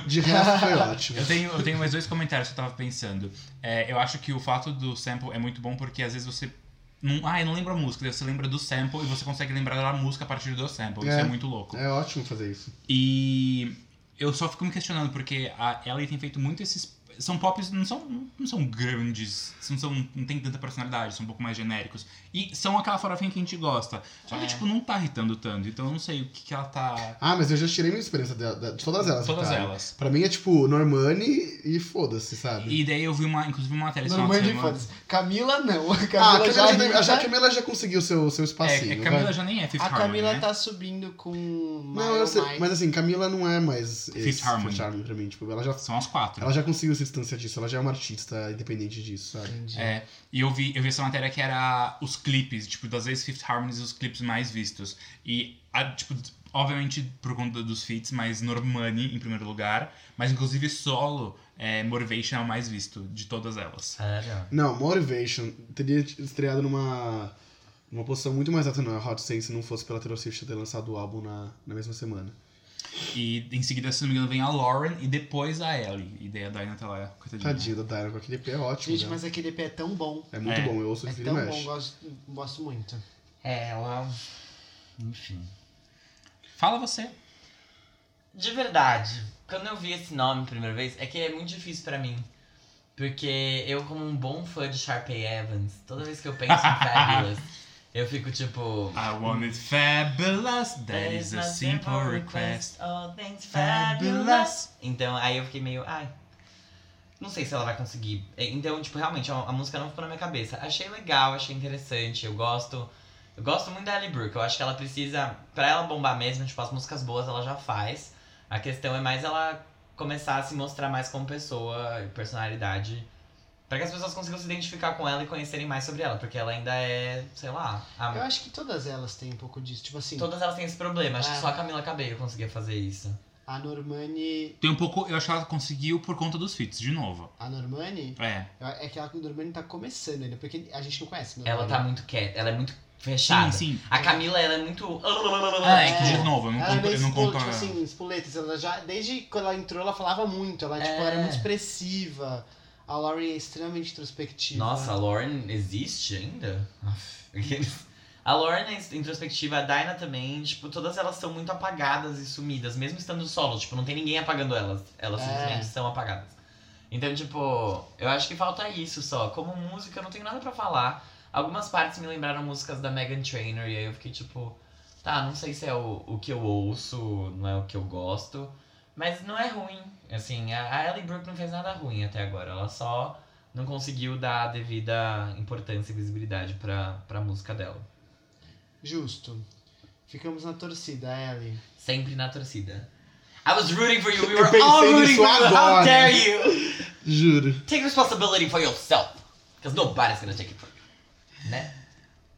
De resto foi ótimo. Eu tenho, eu tenho mais dois comentários que eu tava pensando. É, eu acho que o fato do sample é muito bom porque às vezes você. Não, ah, eu não lembro a música, daí você lembra do sample e você consegue lembrar da música a partir do sample. Isso É. é muito louco. É ótimo fazer isso. E eu só fico me questionando, porque a Ellie tem feito muito esses. São pops, não são, não são grandes, não, são, não tem tanta personalidade, são um pouco mais genéricos. E são aquela farofinha que a gente gosta. Só que, É. tipo, não tá irritando tanto, então eu não sei o que, que ela tá. Ah, mas eu já tirei minha experiência de, de, de todas elas. Todas cara. elas. Pra mim é tipo Normani e foda-se, sabe? E daí eu vi uma, inclusive, uma matéria esse final de Normal de semana. foda-se. Camila não. A Ah, Camila a já Camila já, tem- irrita. a já- a Camila já conseguiu seu, seu É, espacinho. é, Camila vai. já nem é Fifth A Harmony, Camila né? tá subindo com. Não, eu sei, mas assim, Camila não é mais esse Fifth Harmony. Fifth Harmony pra mim. Tipo, ela já, São as quatro. ela já conseguiu se distanciar disso, ela já é uma artista independente disso, sabe? É, e eu vi, eu vi essa matéria que era os clipes, tipo, das vezes Fifth Harmonies, os clipes mais vistos. E, a- tipo, obviamente por conta dos feats, mas Normani em primeiro lugar, mas inclusive solo, é, Motivation é o mais visto de todas elas. Sério? Não, Motivation teria estreado numa, numa posição muito mais alta na Hot 100 se não fosse pela Taylor Swift ter lançado o álbum na, na mesma semana. E em seguida, se não me engano, vem a Lauren e depois a Ellie. E daí a Diana tá lá, coitadinha. Tadinha da Tyra, com aquele EP é ótimo. Gente, né? mas aquele EP é tão bom. É muito É. bom, eu ouço É de vira e tão bom, mexe. gosto, gosto muito. É, ela. Enfim. Fala você. De verdade, quando eu vi esse nome a primeira vez, é que é muito difícil pra mim. Porque eu, como um bom fã de Sharpay Evans, toda vez que eu penso em Fabulous, eu fico tipo. I want it fabulous, Ah, that is a simple request. All things Oh, fabulous. Fabulous. Então, aí eu fiquei meio, ai. Não sei se ela vai conseguir. É, Então, tipo, realmente, a, a música não ficou na minha cabeça. Achei legal, achei interessante. Eu gosto. Eu gosto muito da Ellie Brooke. Eu acho que ela precisa. Pra ela bombar mesmo, tipo, as músicas boas ela já faz. A questão é mais ela começar a se mostrar mais como pessoa e personalidade. Pra que as pessoas consigam se identificar com ela e conhecerem mais sobre ela. Porque ela ainda é, sei lá, a Ah. Eu acho que todas elas têm um pouco disso. Tipo assim, Todas elas têm esse problema, acho É. que só a Camila Cabello conseguia fazer isso. a Normani. Tem um pouco, eu acho que ela conseguiu por conta dos feats, de novo. A Normani. É. É que a Normani tá começando ainda, porque a gente não conhece. a Ela Normani. tá muito quieta, ela é muito fechada. Sim, sim. A Camila, ela é muito. Ah, é É. que de novo, eu não, Ela é compro, meio eu não espul- compro. tipo assim, espoletas. Ela já, desde quando ela entrou, ela falava muito. Ela, tipo, ela era É. muito expressiva. A Lauren é extremamente introspectiva. Nossa, a Lauren existe ainda? Aff, aqueles- A Lauren é introspectiva, a Dinah também, tipo, todas elas são muito apagadas e sumidas, mesmo estando solo, tipo, não tem ninguém apagando elas, elas É. simplesmente são apagadas. Então, tipo, eu acho que falta isso só. Como música, eu não tenho nada pra falar. Algumas partes me lembraram músicas da Megan Trainor e aí eu fiquei tipo, tá, não sei se é o, o que eu ouço, não é o que eu gosto, mas não é ruim. Assim, a, a Ellie Brooke não fez nada ruim até agora, ela só não conseguiu dar a devida importância e visibilidade pra, pra música dela. Justo. Ficamos na torcida, Ellie. Sempre na torcida. I was rooting for you, we Eu were pensei all rooting nisso for you, how agora. dare you! Juro. Take responsibility for yourself, because nobody's gonna take it from you. Né?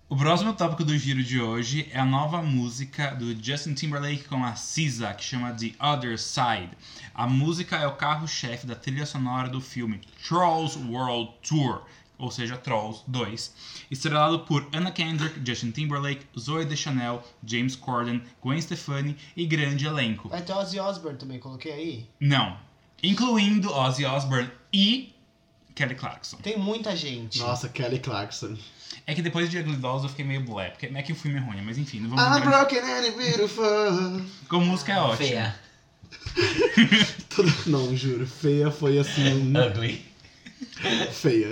O próximo tópico do giro de hoje é a nova música do Justin Timberlake com a SZA, que chama The Other Side. A música é o carro-chefe da trilha sonora do filme Trolls World Tour, ou seja, Trolls 2, estrelado por Anna Kendrick, Justin Timberlake, Zoe Deschanel, James Corden, Gwen Stefani e grande elenco. Vai ter Ozzy Osbourne também, coloquei aí. Não, incluindo Ozzy Osbourne e Kelly Clarkson. Tem muita gente. Nossa, Kelly Clarkson. É que depois de Ugly Dolls eu fiquei meio blé, porque não é que o filme é ruim, mas enfim, não vamos I'm entrar. broken and beautiful. Como música é ótima. Feia, Todo- Não, juro. Feia foi assim. um- ugly. Feia.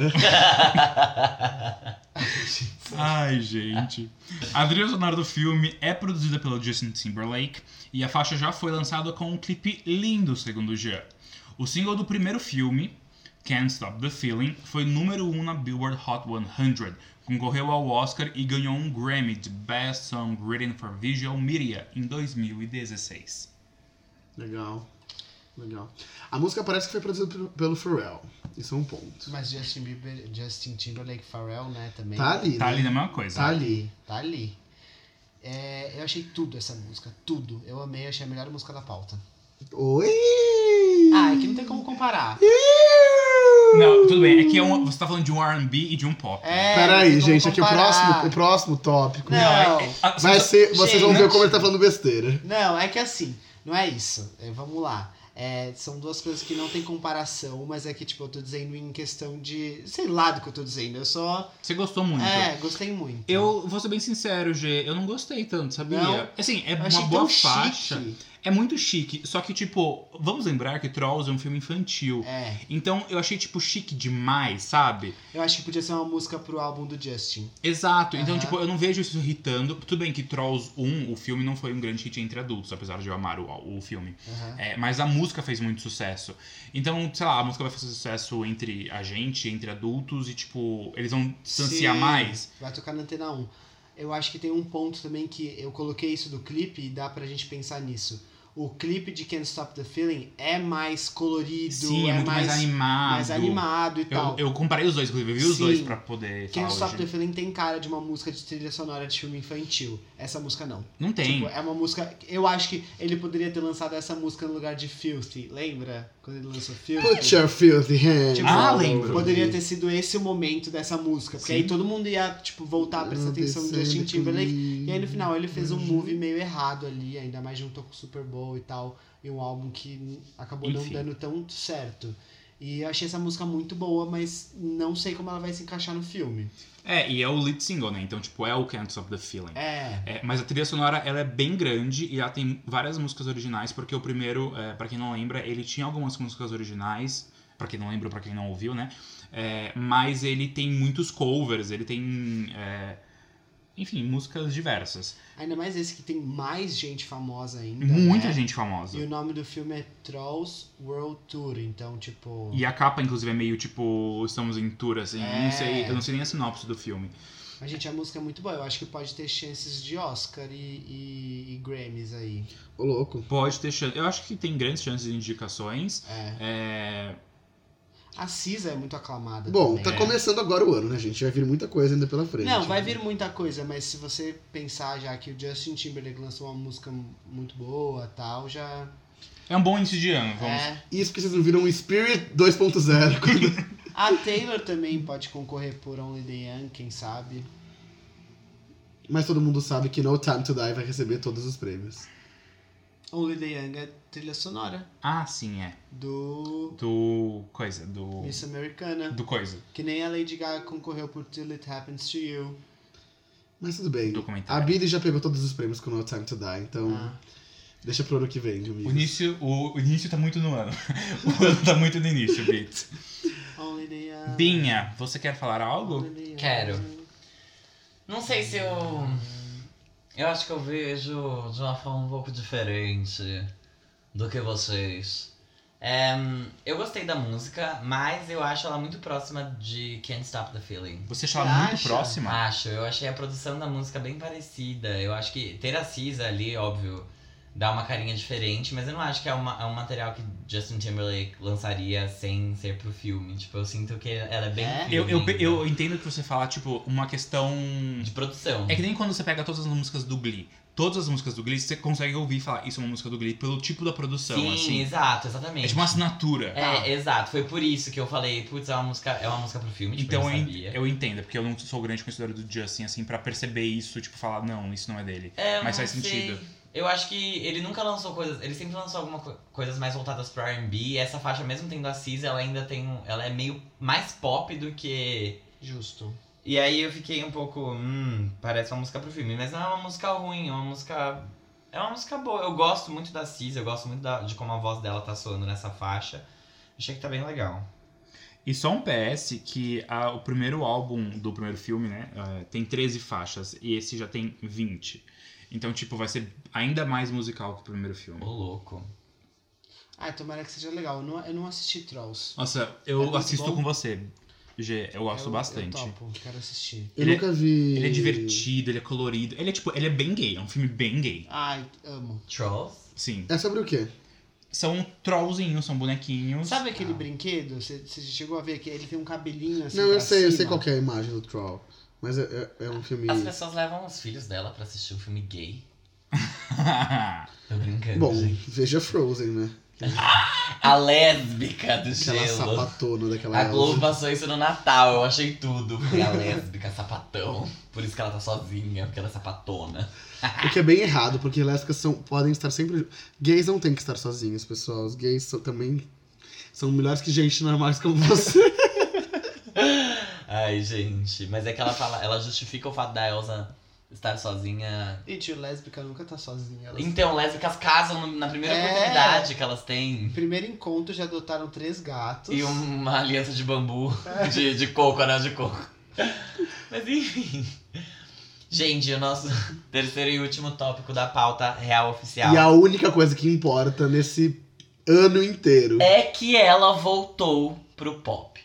Ai, gente. A trilha sonora do filme é produzida pelo Justin Timberlake e a faixa já foi lançada com um clipe lindo, segundo o Jean. O single do primeiro filme, Can't Stop the Feeling, foi número 1 um na Billboard Hot 100, concorreu ao Oscar e ganhou um Grammy de Best Song Written for Visual Media em 2016. Legal. Legal. A música parece que foi produzida pelo- pelo Pharrell. Isso é um ponto. Mas Justin Bieber, Justin Timberlake, Pharrell, né, também. Tá ali, Tá né? ali na mesma coisa. Tá ali. Tá ali. É, eu achei tudo essa música, tudo. Eu amei, achei a melhor música da pauta. Oi! Ah, é que não tem como comparar. Não, tudo bem, é que é um- você tá falando de um R&B e de um pop. É, não Peraí, tem como gente, aqui o próximo, comparar. o próximo tópico Não. é- é- a- vai ser. Vocês vão gente. ver como ele tá falando besteira. Não, é que assim, não é isso. É, vamos lá. É, são duas coisas que não tem comparação, mas é que, tipo, eu tô dizendo em questão de. Sei lá do que eu tô dizendo. Eu só. Você gostou muito. É, gostei muito. Eu vou ser bem sincero, G, eu não gostei tanto, sabia? Não? Assim, é Eu uma achei boa tão faixa. chique. É muito chique, só que, tipo, vamos lembrar que Trolls é um filme infantil. É. Então eu achei, tipo, chique demais, sabe? Eu acho que podia ser uma música pro álbum do Justin. Exato. Então, Aham. tipo, eu não vejo isso irritando. Tudo bem que Trolls 1, o filme, não foi um grande hit entre adultos, apesar de eu amar o, o filme. Aham. É, mas a música fez muito sucesso. Então, sei lá, a música vai fazer sucesso entre a gente, entre adultos, e, tipo, eles vão distanciar Sim, mais. Vai tocar na antena 1. Eu acho que tem um ponto também que eu coloquei isso do clipe e dá pra gente pensar nisso. O clipe de Can't Stop the Feeling é mais colorido, Sim, é, muito mais, mais, animado. mais animado e tal. Eu, eu comparei os dois, inclusive, eu vi os Sim. dois pra poder falar Can't Stop hoje. the Feeling tem cara de uma música de trilha sonora de filme infantil. Essa música não. Não tem. Tipo, é uma música. Eu acho que ele poderia ter lançado essa música no lugar de Filthy. Lembra? Quando ele lançou Filthy? Put your filthy hands. Tipo, Ah, all lembro. over Poderia me. ter sido esse o momento dessa música. Porque Sim. aí todo mundo ia, tipo, voltar, prestar atenção no Justin Timberlake. E aí no final ele fez um movie meio errado ali, ainda mais junto com o Super Bowl e tal. E um álbum que n- acabou Enfim. não dando tão certo. E eu achei essa música muito boa, mas não sei como ela vai se encaixar no filme. É, e é o lead single, né? Então, tipo, é o Can't Stop the Feeling. É. É, mas a trilha sonora, ela é bem grande e ela tem várias músicas originais, porque o primeiro, é, para quem não lembra, ele tinha algumas músicas originais, pra quem não lembra, pra quem não ouviu, né? É, mas ele tem muitos covers, ele tem... é, enfim, músicas diversas. Ainda mais esse que tem mais gente famosa ainda. Muita né? gente E famosa. o nome do filme é Trolls World Tour, então, tipo. E a capa, inclusive, é meio tipo, estamos em tour, assim, eu não É. sei, eu não sei nem a sinopse do filme. Mas, gente, a música é muito boa. Eu acho que pode ter chances de Oscar e, e, e Grammys aí. Ô, louco. Pode ter chance. Eu acho que tem grandes chances de indicações. É. É, A Cisa é muito aclamada. Bom, também. tá É. começando agora o ano, né, gente? Vai vir muita coisa ainda pela frente. Não, vai vir muita coisa, mas se você pensar já que o Justin Timberlake lançou uma música muito boa tal, já. é um bom início de ano, vamos. É. Isso porque vocês não viram o Spirit 2.0. quando- A Taylor também pode concorrer por Only the Young, quem sabe. Mas todo mundo sabe que No Time to Die vai receber todos os prêmios. Only the Young é trilha sonora Ah, sim, é. do Do. Coisa. Do. Miss Americana. Do coisa. Que nem a Lady Gaga concorreu por Till It Happens to You. Mas tudo bem. A Documentário. Billy já pegou todos os prêmios com No Time to Die, então Ah. deixa pro ano que vem, amigos. O início, o, o início tá muito no ano. O ano tá muito no início, Bit. Only the Young. Binha, você quer falar algo? Only the uh, Young. Quero. Não sei se eu. Eu acho que eu vejo de uma forma um pouco diferente do que vocês. É, eu gostei da música, mas eu acho ela muito próxima de Can't Stop the Feeling. Você está Você muito acha? próxima. Acho, eu achei a produção da música bem parecida. Eu acho que ter a Cisa ali, óbvio, dá uma carinha diferente, mas eu não acho que é, uma, é um material que Justin Timberlake lançaria sem ser pro filme. Tipo, eu sinto que ela é bem. É? filme Eu, eu, ainda. eu entendo que você fala, tipo, uma questão. De produção. É que nem quando você pega todas as músicas do Glee. Todas as músicas do Glee, você consegue ouvir e falar, isso é uma música do Glee, pelo tipo da produção, Sim, assim. exato, exatamente. É tipo uma assinatura. É, exato. Foi por isso que eu falei, putz, é uma música, é uma música pro filme, tipo, Então eu eu, en- não sabia. eu entendo, porque eu não sou grande conhecedora do Justin, assim, pra perceber isso, tipo, falar, não, isso não é dele. É, eu mas não faz sentido. Eu acho que ele nunca lançou coisas, ele sempre lançou alguma co- coisas mais voltadas pro R&B. Essa faixa, mesmo tendo a Cis, ela ainda tem, um- ela é meio mais pop do que Justo. E aí eu fiquei um pouco, hum, parece uma música pro filme, mas não é uma música ruim, é uma música é uma música boa. Eu gosto muito da Cis, eu gosto muito da- de como a voz dela tá soando nessa faixa. Achei que tá bem legal. E só um PS que a- o primeiro álbum do primeiro filme, né, eh, tem 13 faixas e esse já tem 20. Então, tipo, vai ser ainda mais musical que o primeiro Ô filme. louco. Ah, tomara que seja legal. Eu não, eu não assisti Trolls. Nossa, É eu muito assisto bom. com você, G, eu gosto Eu- bastante. Eu topo, quero assistir. Eu Ele é- nunca vi. Ele é divertido, ele é colorido, ele é tipo, ele é bem gay, é um filme bem gay. Ai, amo. Trolls? Sim. É sobre o quê? São trollzinhos, são bonequinhos. Sabe aquele brinquedo? Você você chegou a ver que ele tem um cabelinho assim não, eu pra sei, eu sei cima? qual que é a imagem do Troll. Mas é, é- é um filme. As pessoas levam os filhos dela pra assistir um filme gay. Tô brincando, Bom, gente. veja Frozen, né? A lésbica do Aquela gelo. sapatona daquela. A Elsa. Globo passou isso no Natal, eu achei tudo. Foi a lésbica, sapatão. Por isso que ela tá sozinha, porque ela é sapatona. O que é bem errado, porque lésbicas são, podem estar sempre. Gays não tem que estar sozinhos, pessoal. Os gays são- também são melhores que gente normais como você. Ai, gente. Mas é que ela fala, ela justifica o fato da Elsa estar é. sozinha. E tio, lésbica nunca tá sozinha. Elas... Então, lésbicas casam no- na primeira É. oportunidade que elas têm. Primeiro encontro já adotaram três gatos. E uma aliança de bambu, É. de, de coco, anel de coco. Mas enfim. Gente, o nosso terceiro e último tópico da pauta real oficial. E a única coisa que importa nesse ano inteiro. é que ela voltou pro pop.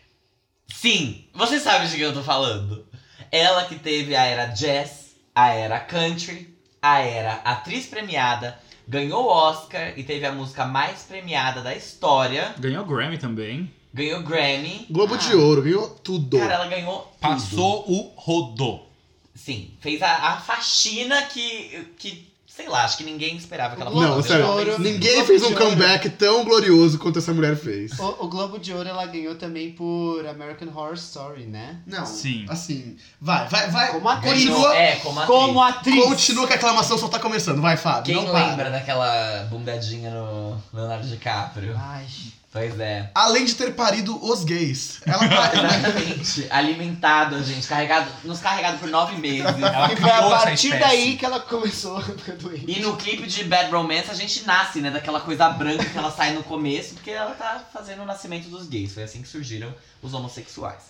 Sim, você sabe de quem eu tô falando. Ela que teve a era jazz, a era country, a era atriz premiada, ganhou o Oscar e teve a música mais premiada da história, Ganhou Grammy também. ganhou Grammy. Globo Ah, de Ouro, ganhou tudo. Cara, ela ganhou. tudo. Passou o rodô. Sim, fez a, a faxina que, que. Sei lá, acho que ninguém esperava que ela Globo não, de sério. Ouro. Ninguém Globo fez de um Ouro. comeback tão glorioso quanto essa mulher fez. O, o Globo de Ouro ela ganhou também por American Horror Story, né? Não, Sim. assim. Vai, vai, vai. Como atriz. Ganhou, Continua, é, como atriz. Como atriz! continua que a aclamação só tá começando. Vai, Fábio. Quem não lembra para. daquela bundadinha no Leonardo DiCaprio? Ai, Pois é. Além de ter parido os gays. Ela tá- pariu. Exatamente. Alimentado, gente. Carregado, nos carregado por nove meses. Ela e foi a criou essa partir espécie. daí que ela começou a ficar doente. E no clipe de Bad Romance a gente nasce, né? Daquela coisa branca que ela sai no começo, porque ela tá fazendo o nascimento dos gays. Foi assim que surgiram os homossexuais.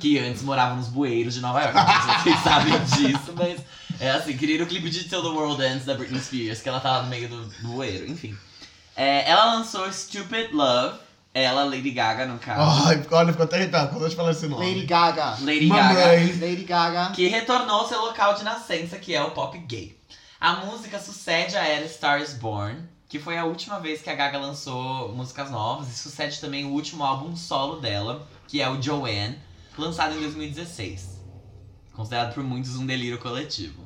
Que antes moravam nos bueiros de Nova York. Não sei se vocês sabem disso, mas é assim, queria o clipe de Till the World Ends da Britney Spears, que ela tava no meio do bueiro, enfim. É, ela lançou Stupid Love, ela, Lady Gaga, no caso. Ai, olha, ficou até arrepiado quando eu te falar esse nome. Lady Gaga. Lady Mamãe. Gaga. Lady Gaga. que retornou ao seu local de nascença, que é o pop gay. A música sucede a era Stars Born, que foi a última vez que a Gaga lançou músicas novas, e sucede também o último álbum solo dela, que é o Joanne, lançado em 2016. Considerado por muitos um delírio coletivo.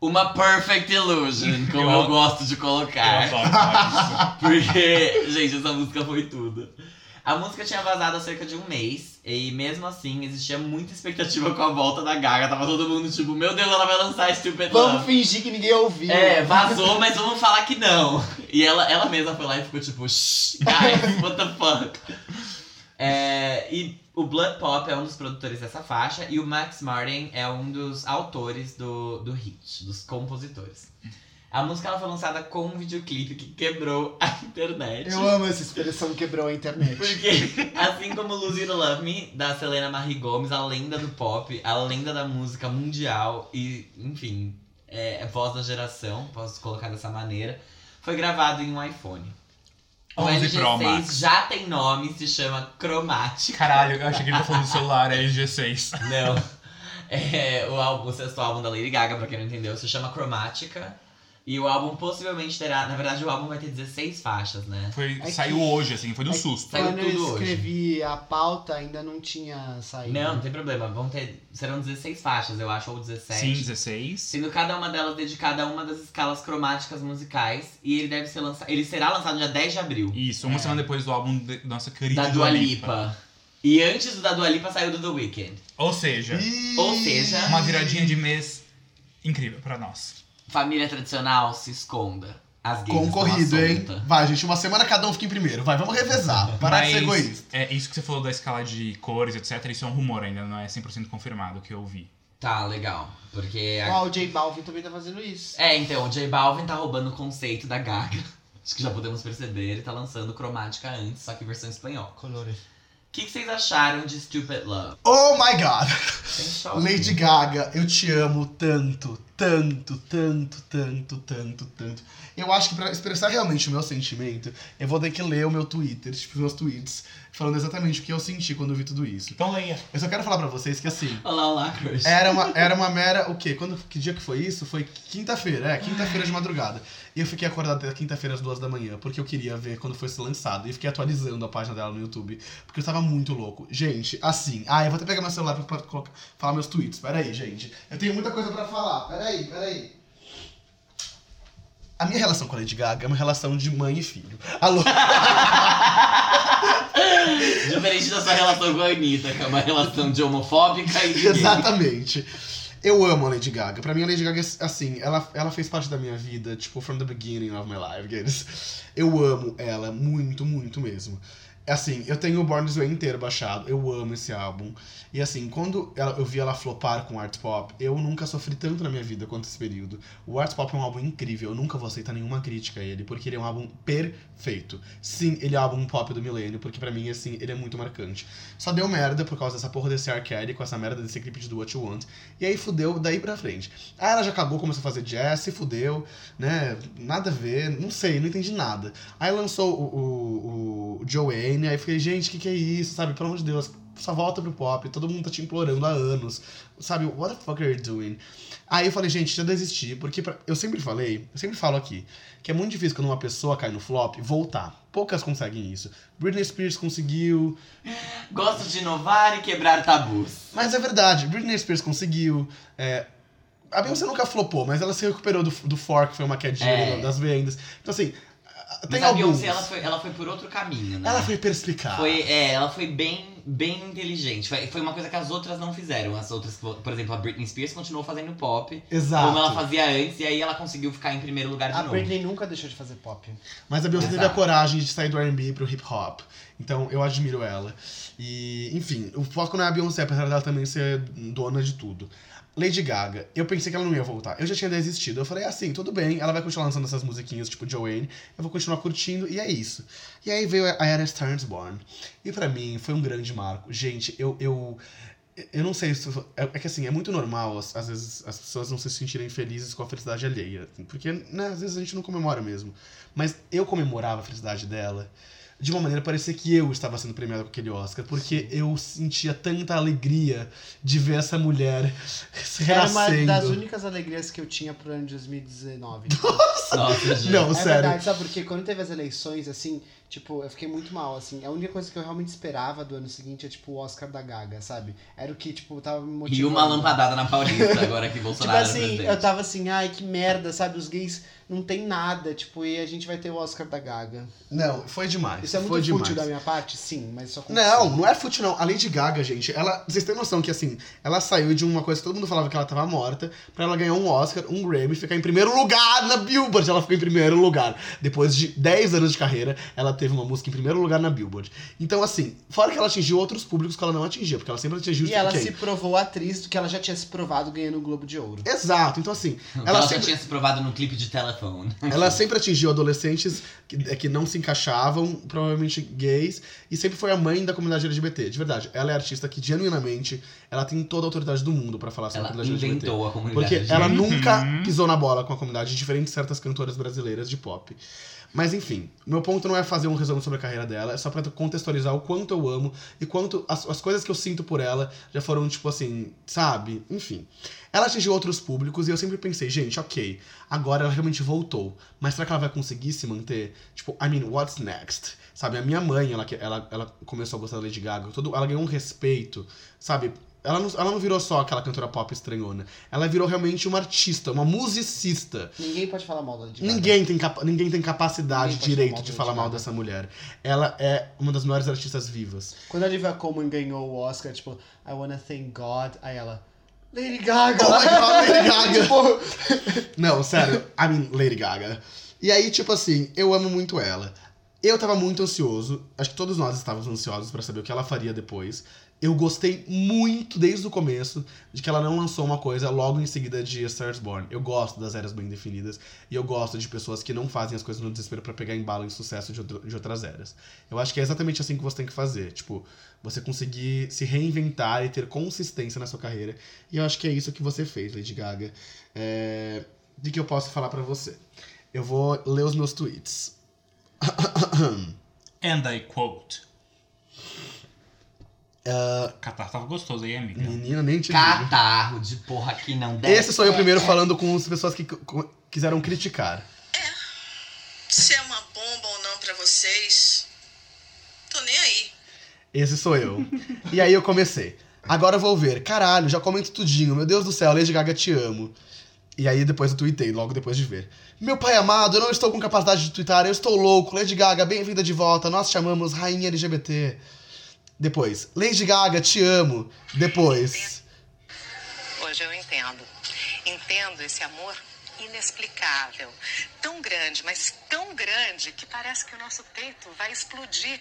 Uma perfect illusion, como Eu eu amo. gosto de Eu É. colocar. adoro falar isso. Porque, gente, essa música foi tudo. A música tinha vazado há cerca de um mês, e mesmo assim existia muita expectativa com a volta da Gaga. Tava todo mundo tipo, meu Deus, ela vai lançar Stupid Vamos Love. fingir que ninguém ouviu. É, vazou, mas vamos falar que não. E ela, ela mesma foi lá e ficou tipo, shh, guys, what the fuck. É, e o Blood Pop é um dos produtores dessa faixa, e o Max Martin é um dos autores do, do hit, dos compositores. A música ela foi lançada com um videoclipe que quebrou a internet. Eu amo essa expressão quebrou a internet. Porque, assim como Lose You to Love Me, da Selena Marie Gomes, a lenda do pop, a lenda da música mundial e, enfim, é, é voz da geração, posso colocar dessa maneira, foi gravado em um iPhone. O 11 Pro LG6 Max. já tem nome, se chama Chromatic. Caralho, eu achei que ele tá falando do celular, é LG6. Não. É, o, álbum, o sexto álbum da Lady Gaga, pra quem não entendeu, se chama Chromatica. E o álbum possivelmente terá. Na verdade, o álbum vai ter 16 faixas, né? Foi, É que- saiu hoje, assim, foi do é que- susto. saiu Quando eu tudo hoje. escrevi a pauta, ainda não tinha saído. Não, não tem problema. Vão ter, serão 16 faixas, eu acho, ou 17. Sim, 16. Sendo cada uma delas dedicada a uma das escalas cromáticas musicais. E ele deve ser lançado. Ele será lançado dia 10 de abril. Isso, É. uma semana depois do álbum de- da nossa querida Da Dua Lipa. E antes do da Dua Lipa saiu do The Weeknd. Ou seja, Ou seja, uma viradinha de mês incrível pra nós. família tradicional se esconda. As gays Concorrido, estão à hein? solta. Vai, gente, uma semana cada um fica em primeiro. Vai, vamos revezar. Parar de ser egoísta. É, isso que você falou da escala de cores, etc. Isso é um rumor ainda, não é 100% confirmado que eu vi. Tá, legal. Porque. a- Ó, o J Balvin também tá fazendo isso. É, então, o J Balvin tá roubando o conceito da Gaga. Acho que já podemos perceber, ele tá lançando cromática antes, só que versão espanhol. Colores. O que, que vocês acharam de Stupid Love? Oh my god! Tem choque. Lady Gaga, eu te amo tanto, tanto, tanto, tanto, tanto, tanto. Eu acho que pra expressar realmente o meu sentimento, eu vou ter que ler o meu Twitter, tipo, os meus tweets, falando exatamente o que eu senti quando eu vi tudo isso. Então leia. Eu só quero falar pra vocês que assim. Olá, olá, crush. Era uma, era uma mera. O quê? Quando, que dia que foi isso? Foi quinta-feira, é, quinta-feira de madrugada. E eu fiquei acordado até quinta-feira às duas da manhã, porque eu queria ver quando fosse lançado. E fiquei atualizando a página dela no YouTube, porque eu tava muito louco. Gente, assim. Ah, eu vou até pegar meu celular pra, pra colocar- falar meus tweets. Peraí, gente. Eu tenho muita coisa pra falar. Peraí, peraí. A minha relação com a Lady Gaga é uma relação de mãe e filho. Alô? Diferente da sua relação com a Anitta, que é uma relação de homofóbica e de gay. Exatamente. Eu amo a Lady Gaga. Pra mim, a Lady Gaga, assim, ela, ela fez parte da minha vida, tipo, from the beginning of my life, guys. Eu amo ela muito, muito mesmo. Assim, eu tenho o Born This Way inteiro baixado, eu amo esse álbum. E assim, quando ela- eu vi ela flopar com art pop, eu nunca sofri tanto na minha vida quanto esse período. O art pop é um álbum incrível, eu nunca vou aceitar nenhuma crítica a ele, porque ele é um álbum perfeito. Sim, ele é o álbum pop do milênio, porque pra mim, assim, ele é muito marcante. Só deu merda por causa dessa porra desse R. Kelly, com essa merda desse clipe de Do What You Want. E aí fudeu daí pra frente. Aí ela já acabou, começou a fazer jazz, se fudeu, né? Nada a ver, não sei, não entendi nada. Aí lançou o, o, o Joanne, aí fiquei, gente, o que, que é isso, sabe? Pelo amor de Deus, só volta pro pop, todo mundo tá te implorando há anos, sabe? What the fuck are you doing? Aí eu falei, gente, já desisti, porque pra- eu sempre falei, eu sempre falo aqui, que é muito difícil quando uma pessoa cai no flop voltar. Poucas conseguem isso. Britney Spears conseguiu, Gosto de inovar e quebrar tabus. mas é verdade, Britney Spears conseguiu. é, a Beyoncé nunca flopou, mas ela se recuperou do, do fork, foi uma quedinha É. ali das vendas. Então, assim, a- tem Mas a alguns. Beyoncé, ela foi, ela foi por outro caminho, né? Ela foi perspicaz. Foi- é, ela foi bem, bem inteligente. Foi, foi uma coisa que as outras não fizeram. As outras, por exemplo, a Britney Spears continuou fazendo pop, Exato. como ela fazia antes, e aí ela conseguiu ficar em primeiro lugar Tá de A novo. Britney nunca deixou de fazer pop. Mas a Beyoncé teve a Exato. coragem de sair do R&B pro hip hop. Então, eu admiro ela. E, enfim, o foco não é a Beyoncé, apesar dela também ser dona de tudo. Lady Gaga, eu pensei que ela não ia voltar. Eu já tinha desistido. Eu falei assim, tudo bem, ela vai continuar lançando essas musiquinhas tipo Joanne, eu vou continuar curtindo e é isso. E aí veio a Era Starnsborn. E pra mim foi um grande marco. Gente, eu eu eu não sei se é, é que assim, é muito normal às, às vezes as pessoas não se sentirem felizes com a felicidade alheia, porque né, às vezes a gente não comemora mesmo. Mas eu comemorava a felicidade dela de uma maneira parecia que eu estava sendo premiado com aquele Oscar, porque eu sentia tanta alegria de ver essa mulher se Era é uma renascendo. das únicas alegrias que eu tinha pro ano de 2019. Nossa, gente. Não, É sério. verdade, sabe? Porque quando teve as eleições, assim, Tipo, eu fiquei muito mal, assim. A única coisa que eu realmente esperava do ano seguinte é, tipo, o Oscar da Gaga, sabe? Era o que, tipo, tava me motivando. E uma lampadada na Paulista agora que Tipo Bolsonaro é assim, presidente. eu tava assim, ai, que merda, sabe? Os gays não tem nada, tipo, e a gente vai ter o Oscar da Gaga. Não, foi demais. Isso é muito foi fútil demais. da minha parte? Sim, mas só Não, não é fútil, não. A Lady Gaga, gente, ela. Vocês têm noção que assim, ela saiu de uma coisa que todo mundo falava que ela tava morta, pra ela ganhar um Oscar, um Grammy, ficar em primeiro lugar na Billboard. Ela ficou em primeiro lugar. Depois de 10 anos de carreira, ela teve uma música em primeiro lugar na Billboard. Então, assim, fora que ela atingiu outros públicos que ela não atingia, porque ela sempre atingiu E ela quem? se provou atriz do que ela já tinha se provado ganhando o Globo de Ouro. Exato, então assim, Porque ela Ela sempre- já tinha se provado num clipe de telefone. Ela sempre atingiu adolescentes que, é, que não se encaixavam, provavelmente gays, e sempre foi a mãe da comunidade LGBT, de verdade. Ela é artista que, genuinamente, ela tem toda a autoridade do mundo pra falar sobre Ela a comunidade LGBT. inventou a comunidade. Porque LGBT. ela Uhum. nunca pisou na bola com a comunidade, diferente de certas cantoras brasileiras de pop. Mas enfim, meu ponto não é fazer um resumo sobre a carreira dela, é só pra contextualizar o quanto eu amo e quanto as, as coisas que eu sinto por ela já foram, tipo assim, sabe? Enfim. Ela atingiu outros públicos e eu sempre pensei, gente, ok, agora ela realmente voltou. Mas será que ela vai conseguir se manter? Tipo, I mean, what's next? Sabe, a minha mãe, ela, que- ela, ela começou a gostar da Lady Gaga, todo, ela ganhou um respeito, sabe? Ela não, ela não virou só aquela cantora pop estranhona. Ela virou realmente uma artista, uma musicista. Ninguém pode falar mal da Lady Gaga. Ninguém tem, capa- ninguém tem capacidade, Ninguém pode direito falar de mal da falar Lady mal Gaga. dessa mulher. Ela é uma das maiores artistas vivas. Quando a Olivia Colman ganhou o Oscar, tipo, I wanna thank God, aí ela, Lady Gaga! Oh my God, Lady Gaga! tipo, Não, sério. I mean, Lady Gaga. E aí, tipo assim, eu amo muito ela. Eu tava muito ansioso. Acho que todos nós estávamos ansiosos pra saber o que ela faria depois. Eu gostei muito, desde o começo, de que ela não lançou uma coisa logo em seguida de A Star is Born. Eu gosto das eras bem definidas. E eu gosto de pessoas que não fazem as coisas no desespero pra pegar embalo em sucesso de, outro- de outras eras. Eu acho que é exatamente assim que você tem que fazer. Tipo, você conseguir se reinventar e ter consistência na sua carreira. E eu acho que é isso que você fez, Lady Gaga. É de que eu posso falar pra você. Eu vou ler os meus tweets. And I quote. Ah. Catar tava gostoso aí, amiga. Menina, nem te Tá. digo. Catarro de porra que não desce. é Esse sou eu primeiro falando com as pessoas que c- c- quiseram criticar. se é uma bomba ou não pra vocês, tô nem aí. Esse sou eu. E aí eu comecei. Agora eu vou ver. Caralho, já comento tudinho. Meu Deus do céu, Lady Gaga, te amo. E aí depois eu tuitei, logo depois de ver. Meu pai amado, eu não estou com capacidade de twittar, eu estou louco. Lady Gaga, bem-vinda de volta. Nós te amamos, rainha LGBT. Depois, Lady Gaga, te amo. Depois. Hoje eu entendo. Entendo esse amor inexplicável. Tão grande, mas tão grande que parece que o nosso peito vai explodir.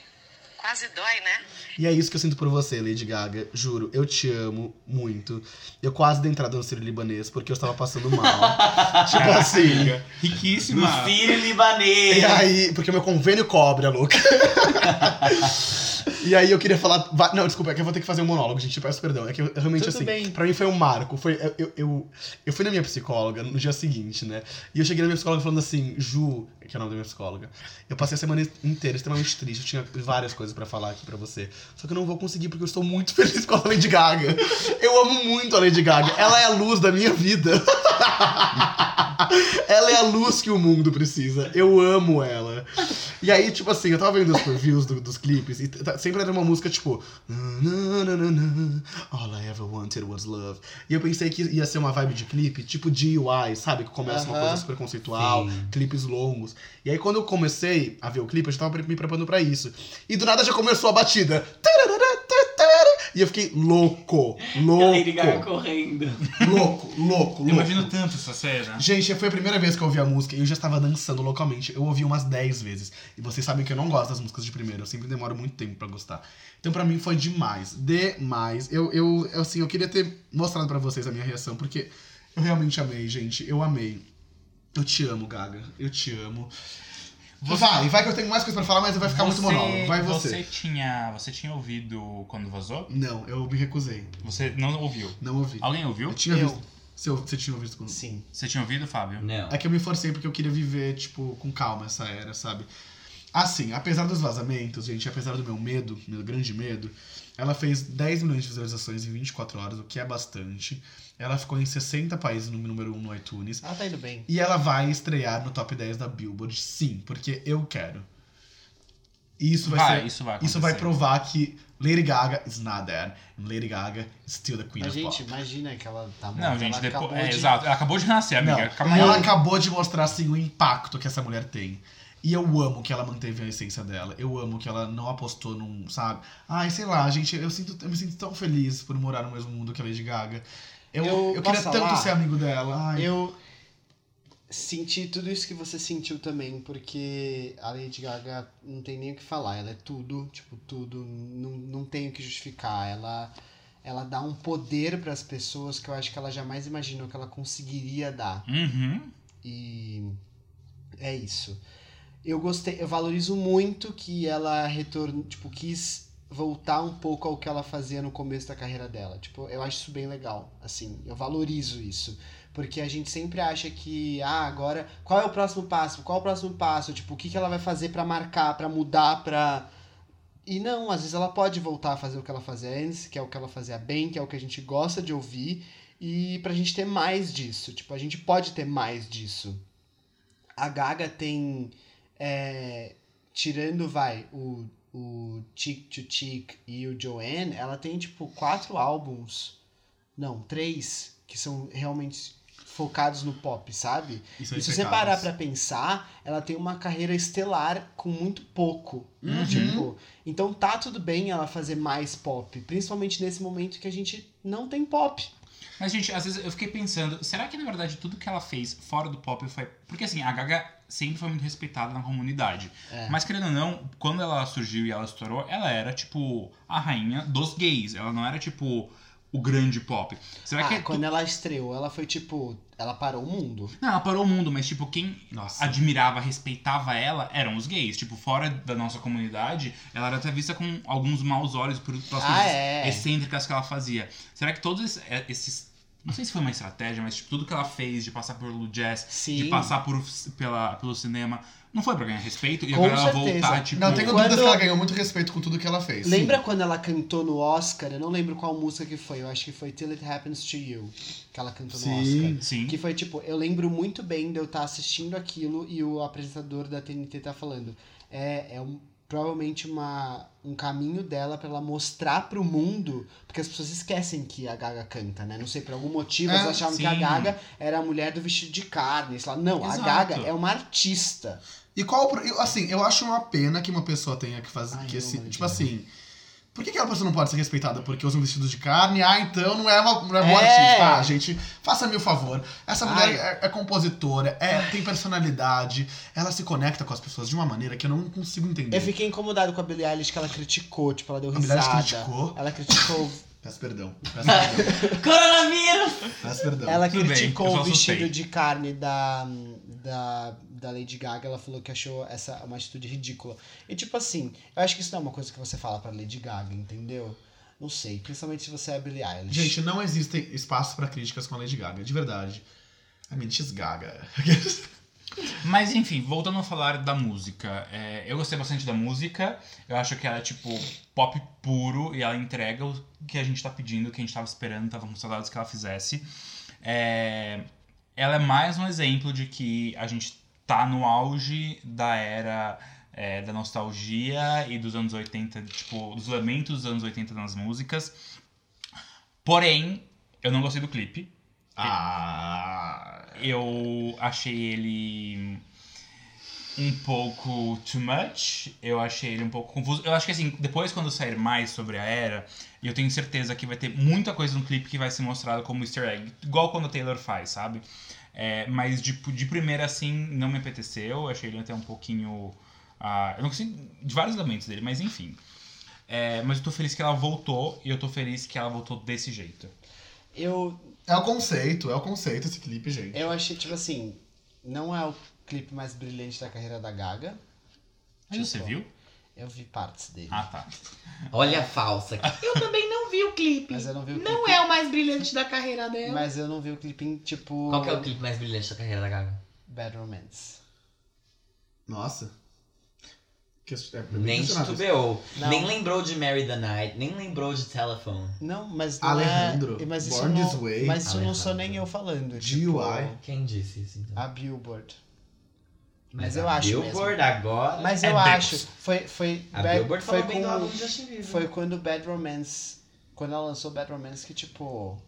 Quase dói, né? E é isso que eu sinto por você, Lady Gaga. Juro, eu te amo muito. Eu quase dei entrada no Ciro Libanês porque eu estava passando mal. tipo Caraca, assim. amiga. No Riquíssima. Sírio E Libanês. aí, porque o meu convênio cobra, Luca. e aí eu queria falar. va- Não, desculpa, é que eu vou ter que fazer um monólogo, gente. Peço perdão. É que eu, eu realmente, Tudo assim, bem. pra mim foi um marco. Foi, eu, eu, eu, eu fui na minha psicóloga no dia seguinte, né? E eu cheguei na minha psicóloga falando assim, Ju, que é o nome da minha psicóloga. Eu passei a semana inteira extremamente triste. Eu tinha várias coisas pra falar aqui pra você. Só que eu não vou conseguir porque eu estou muito feliz com a Lady Gaga. Eu amo muito a Lady Gaga. Ela é a luz da minha vida. Ela é a luz que o mundo precisa. Eu amo ela. E aí, tipo assim, eu tava vendo os reviews do- dos clipes e t- sempre era uma música tipo. "Na, na, na, na, All I ever wanted was love. E eu pensei que ia ser uma vibe de clipe, tipo DUI, sabe? Que começa uma Aham. coisa super conceitual, Sim. clipes longos. E aí, quando eu comecei a ver o clipe, eu já tava pre- me preparando pra isso. E do nada já começou a batida. Tararara, tarara. E eu fiquei louco, E a Lady Gaga louco, correndo. louco, louco, Eu louco. imagino tanto essa cena. Gente, foi a primeira vez que eu ouvi a música e eu já estava dançando localmente. Eu ouvi umas 10 vezes. E vocês sabem que eu não gosto das músicas de primeira, eu sempre demoro muito tempo pra gostar. Então pra mim foi demais, demais. Eu, eu eu, assim, eu queria ter mostrado pra vocês a minha reação, porque eu realmente amei, gente. Eu amei. Eu te amo, Gaga. Eu te amo. Vai, vai que eu tenho mais coisa pra falar, mas vai ficar muito monólogo. Vai você. Você tinha, você tinha ouvido quando vazou? Não, eu me recusei. Você não ouviu. Não ouvi. Alguém ouviu? Eu tinha Eu. visto. Se eu- Você tinha ouvido quando? sim. Você tinha ouvido, Fábio? Não. É que eu me forcei porque eu queria viver, tipo, com calma essa era, sabe? Assim, apesar dos vazamentos, gente, apesar do meu medo, meu grande medo, ela fez 10 milhões de visualizações em 24 horas, o que é bastante. Ela ficou em 60 países no número 1 no iTunes. Ela tá indo bem. E ela vai estrear no top 10 da Billboard, sim, porque eu quero. E isso vai, Vai, ser. isso vai Isso vai acontecer. provar que Lady Gaga is not dead. and Lady Gaga is still the queen Mas, of gente, pop. imagina que ela tá morta. Não, gente, ela depois. acabou É, de- exato. Ela acabou de nascer, Não, amiga. Acabou- ela acabou de mostrar assim o impacto que essa mulher tem. E eu amo que ela manteve a essência dela. Eu amo que ela não apostou num, sabe? Ai, sei lá, gente, eu, sinto, eu me sinto tão feliz por morar no mesmo mundo que a Lady Gaga. Eu, Eu- eu, queria posso tanto falar? ser amigo dela. Ai, Eu senti tudo isso que você sentiu também, porque a Lady Gaga não tem nem o que falar, ela é tudo, tipo, tudo, não, não tem o que justificar. Ela, ela dá um poder para as pessoas que eu acho que ela jamais imaginou que ela conseguiria dar. Uhum. E é isso. Eu gostei, eu valorizo muito que ela retornou, tipo, quis voltar um pouco ao que ela fazia no começo da carreira dela. Tipo, eu acho isso bem legal, assim, eu valorizo isso, porque a gente sempre acha que ah, agora qual é o próximo passo? Qual é o próximo passo? Tipo, o que que ela vai fazer pra marcar, pra mudar, pra e não, às vezes ela pode voltar a fazer o que ela fazia antes, que é o que ela fazia bem, que é o que a gente gosta de ouvir, e pra gente ter mais disso. Tipo, a gente pode ter mais disso. A Gaga tem. é, tirando, vai, o, o Cheek to Cheek e o Joanne, ela tem, tipo, quatro álbuns. Não, três, que são realmente focados no pop, sabe? isso é E se você parar pra pensar, ela tem uma carreira estelar com muito pouco. Uhum. Tipo, então tá tudo bem ela fazer mais pop, principalmente nesse momento que a gente não tem pop. Mas, gente, às vezes eu fiquei pensando, será que na verdade tudo que ela fez fora do pop foi. Porque assim, a Gaga sempre foi muito respeitada na comunidade. É. Mas querendo ou não, quando ela surgiu e ela estourou, ela era tipo a rainha dos gays. Ela não era tipo o grande pop. Será Ah, que. é tu- quando ela estreou, ela foi tipo, ela parou o mundo. Não, ela parou o mundo, mas tipo, quem Nossa. admirava, respeitava ela eram os gays. Tipo, fora da nossa comunidade, ela era até vista com alguns maus olhos por pelas Ah, coisas é. excêntricas que ela fazia. Será que todos esses- é, esses. Não sei se foi uma estratégia, mas tipo, tudo que ela fez de passar pelo jazz, Sim. de passar por, pela, pelo cinema, não foi pra ganhar respeito. E Com agora ela certeza. voltar, tipo. Não, tenho Quando- dúvidas que ela ganhou muito respeito com tudo que ela fez. Lembra quando ela cantou no Oscar? Eu não lembro qual música que foi, eu acho que foi Till It Happens to You, que ela cantou no Oscar. Sim. Sim. Que foi tipo, eu lembro muito bem de eu estar assistindo aquilo e o apresentador da TNT tá falando. É, é um- provavelmente uma, um caminho dela pra ela mostrar pro mundo, porque as pessoas esquecem que a Gaga canta, né? Não sei, por algum motivo elas É, achavam que a sim. Gaga era a mulher do vestido de carne. Sei lá. Não, Exato. a Gaga é uma artista. E qual. o pro- eu, Assim, eu acho uma pena que uma pessoa tenha que fazer. Ai, que eu esse, amo tipo Lady assim. Por que aquela pessoa não pode ser respeitada? Porque usa um vestido de carne? Ah, então não é uma, não é uma É. artista. Ah, gente, faça-me o favor. Essa mulher Ai. é, é compositora, é, tem personalidade, ela se conecta com as pessoas de uma maneira que eu não consigo entender. Eu fiquei incomodado com a Billie Eilish que ela criticou, tipo, ela deu Uhum. A Billie Eilish risada. criticou? Ela criticou Peço perdão. Peço perdão. Coronavírus! peço perdão. Ela Tudo bem, criticou eu só o vestido assustei. de carne da, da, da Lady Gaga. Ela falou que achou essa uma atitude ridícula. E tipo assim, eu acho que isso não é uma coisa que você fala pra Lady Gaga, entendeu? Não sei, principalmente se você é a Billie Eilish. Gente, não existem espaços pra críticas com a Lady Gaga, de verdade. A minha Gaga. Mas enfim, voltando a falar da música. é, eu gostei bastante da música. Eu acho que ela é tipo pop puro e ela entrega o que a gente tá pedindo, o que a gente tava esperando, tava com saudades que ela fizesse. É, ela é mais um exemplo de que a gente tá no auge da era. é, da nostalgia e dos anos 80, tipo, dos elementos dos anos 80 nas músicas. Porém, eu não gostei do clipe. Ah. Eu achei ele um pouco too much. Eu achei ele um pouco confuso. Eu acho que assim, depois quando sair mais sobre a era, eu tenho certeza que vai ter muita coisa no clipe que vai ser mostrado como easter egg. Igual quando o Taylor faz, sabe? É, mas de, de primeira, assim, não me apeteceu. Eu achei ele até um pouquinho. ah, eu não consigo. De vários elementos dele, mas enfim. É, mas eu tô feliz que ela voltou e eu tô feliz que ela voltou desse jeito. Eu, É o conceito, é o conceito esse clipe, gente. eu achei, tipo assim, não é o clipe mais brilhante da carreira da Gaga. Mas você Tipo, viu? Eu vi partes dele. Ah, tá. Olha a falsa. Eu também não vi o clipe. Mas eu não vi o Não clipe. é o mais brilhante da carreira dela. Mas eu não vi o clipe em, tipo. Qual que é o clipe mais brilhante da carreira da Gaga? Bad Romance. Nossa. Que- é bem Nem questionável. titubeou. Não. Nem lembrou de Mary the Night. Nem lembrou de Telephone. Não, mas não Alejandro, é... mas isso Born não, This Way. Mas isso não sou Alejandro. nem eu falando. DUI. tipo, Quem disse isso, então? A Billboard. Mas eu acho mesmo. Billboard agora. Mas É eu Deus. acho. Foi, foi, a Bad- Billboard foi falou bem do álbum do com, Justin Bieber. foi quando Bad Romance. Quando ela lançou Bad Romance que, tipo.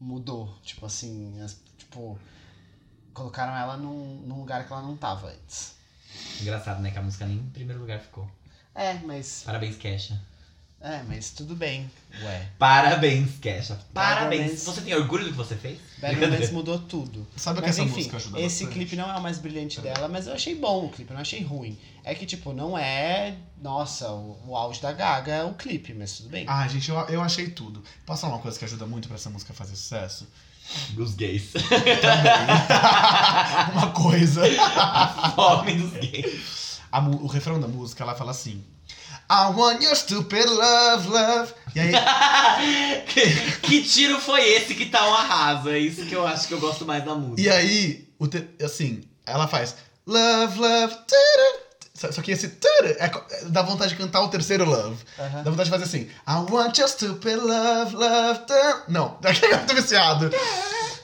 Mudou. Tipo assim. as- tipo. Colocaram ela num, num lugar que ela não tava antes. Engraçado, né? Que a música nem em primeiro lugar ficou. É, mas. Parabéns, Kesha. É, mas tudo bem. Ué. Parabéns, Kesha. Parabéns. Parabéns. Você tem orgulho do que você fez? Bad Romance mudou tudo. Sabe o que é Mas essa enfim, música ajuda esse bastante? clipe não é o mais brilhante dela, mas eu achei bom o clipe, eu não achei ruim. É que, tipo, não é. Nossa, o, o auge da Gaga é o clipe, mas tudo bem. Ah, gente, eu, eu achei tudo. Posso falar uma coisa que ajuda muito pra essa música fazer sucesso? Dos gays. uma coisa. Fome dos gays. A mu- o refrão da música, ela fala assim. I want your stupid love, love. E aí, que, que tiro foi esse que tá um arraso? É isso que eu acho que eu gosto mais da música. e aí o te- assim, ela faz love, love, tudu. Só- Só que esse tudu é co- é- dá vontade de cantar o terceiro love. Aham. Dá vontade de fazer assim. I want your stupid love, love, tudu. Não, daqui eu tô viciado.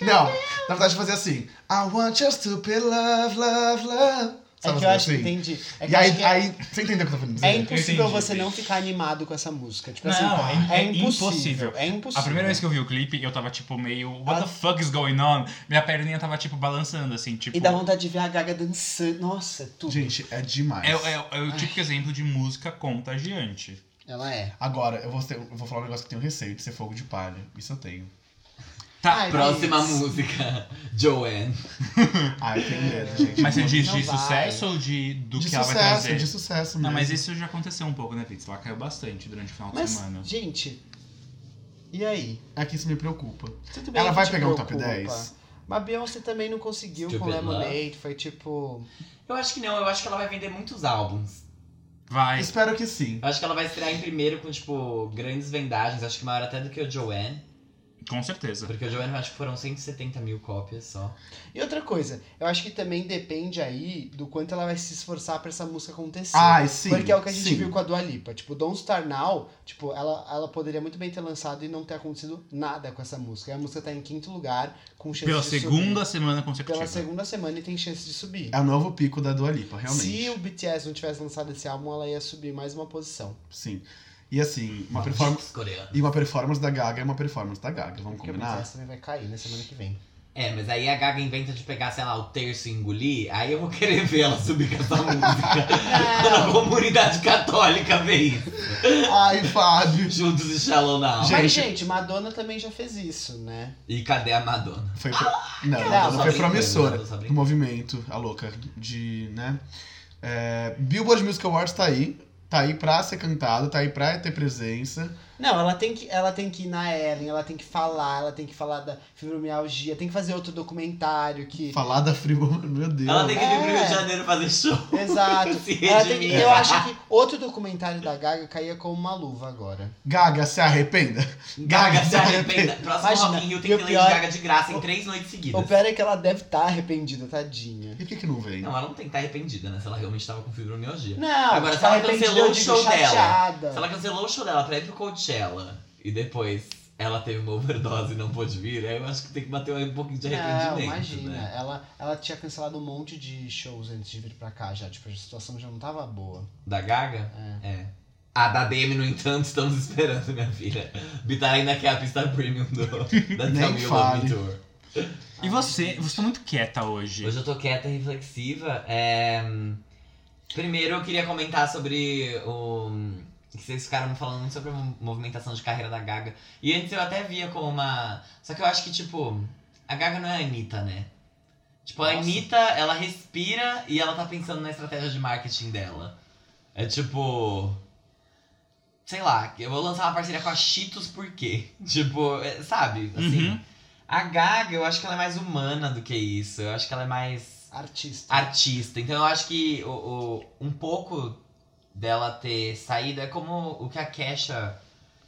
Não, dá vontade de fazer assim. I want your stupid love, love, love. É Sabe que eu assim? acho que entendi. É que E eu aí, acho que é- aí, você entendeu o que eu tô falando? é dizer? impossível entendi, você não ficar animado com essa música. Tipo Não, assim, é- é, é impossível. impossível. É impossível. A primeira vez que eu vi o clipe, eu tava tipo meio. What Ela- the fuck is going on? Minha perninha tava tipo balançando, assim, tipo. E dá vontade de ver a Gaga dançando. Nossa, tudo. Gente, é demais. É, é- é o típico exemplo de música contagiante. Ela é. Agora, eu vou, ter- eu vou falar um negócio que eu tenho receio de ser fogo de palha. Isso eu tenho. Tá, Ai, Próxima mas- música. Joanne. Ai, eu tenho medo, gente. mas você diz Não de vai. sucesso ou de do de que ela vai trazer? sucesso, de sucesso mesmo. Não, mas isso já aconteceu um pouco, né, Pix? Ela caiu bastante durante o final Mas, de semana. gente. E aí? É que isso me preocupa. Tudo bem ela que vai te pegar um top preocupa. 10? Mas Beyoncé também não conseguiu com Stupid Lemonade. Foi tipo. Eu acho que não, eu acho que ela vai vender muitos álbuns. Vai. Espero que sim. Eu acho que ela vai estrear em primeiro com, tipo, grandes vendagens. Acho que maior até do que o Joanne. Com certeza. Porque o Joanne, eu acho que foram 170 mil cópias só. E outra coisa, eu acho que também depende aí do quanto ela vai se esforçar pra essa música acontecer. Ai, Ah, sim. Porque é o que a gente sim. viu com a Dua Lipa. Tipo, Don't Star Now, tipo, ela, ela poderia muito bem ter lançado e não ter acontecido nada com essa música. E a música tá em quinto lugar, com chance Pela de subir. segunda semana consecutiva. Pela segunda semana e tem chance de subir. É o novo pico da Dua Lipa, realmente. Se o BTS não tivesse lançado esse álbum, ela ia subir mais uma posição. Sim. E assim, uma performance... coreana. E uma performance da Gaga é uma performance da Gaga, vamos Porque o combinar? BTS também vai cair na semana que vem. É, mas aí a Gaga inventa de pegar, sei lá, o terço e engolir. Aí eu vou querer ver ela subir com essa música. Quando a comunidade católica vê isso. Ai, Fábio! Juntos e Shalom na alma. Mas, Gente- gente, Madonna também já fez isso, né? E cadê a Madonna? Foi pro... Não, Não, ela só foi brincando, promissora eu só do brincando. movimento, a louca de, né? É, Billboard Music Awards tá aí, tá aí pra ser cantado, tá aí pra ter presença. Não, ela tem que, ela tem que ir na Ellen, ela tem que falar, ela tem que falar da fibromialgia, tem que fazer outro documentário que. Falar da Freeboard, meu Deus. Ela tem que vir pro Rio É. de Janeiro fazer show. Exato. Se Ela tem- redimir. eu acho que outro documentário da Gaga caía como uma luva agora. Gaga, se arrependa. Gaga se arrependa. Imagina, Próximo Rock in Rio e tem o que ler pior- de Gaga de graça o- em três noites O seguidas. pior é que ela deve estar arrependida, tadinha. E por que que não vem? Não, ela não tem que estar arrependida, né? Se ela realmente tava com fibromialgia. Não, Agora, tipo, se ela arrependida, cancelou eu o digo show dela, chateada. Se ela cancelou o show dela pra ir pro Coachella e depois ela teve uma overdose e não pôde vir, aí eu acho que tem que bater um pouquinho de arrependimento. Não, imagina. Né? Ela, ela tinha cancelado um monte de shows antes de vir pra cá já. Tipo, a situação já não tava boa. Da Gaga? É. É. A da DM, no entanto, estamos esperando, minha filha. Bitar ainda quer a pista premium do, da Nem Tell Me You Love fale. Me Tour. E você? Você tá muito quieta hoje. Hoje eu tô quieta e reflexiva. É, hum, Primeiro eu queria comentar sobre o. Que vocês ficaram falando muito sobre a movimentação de carreira da Gaga. E antes eu até via como uma. Só que eu acho que, tipo, a Gaga não é a Anitta, né? Tipo, a Nossa. Anitta, ela respira e ela tá pensando na estratégia de marketing dela. É tipo. Sei lá, eu vou lançar uma parceria com a Cheetos por quê? Tipo, é, sabe? Assim. Uhum. A Gaga, eu acho que ela é mais humana do que isso. Eu acho que ela é mais Artista. artista. Então eu acho que o, o- um pouco dela ter saído é como o que a Kesha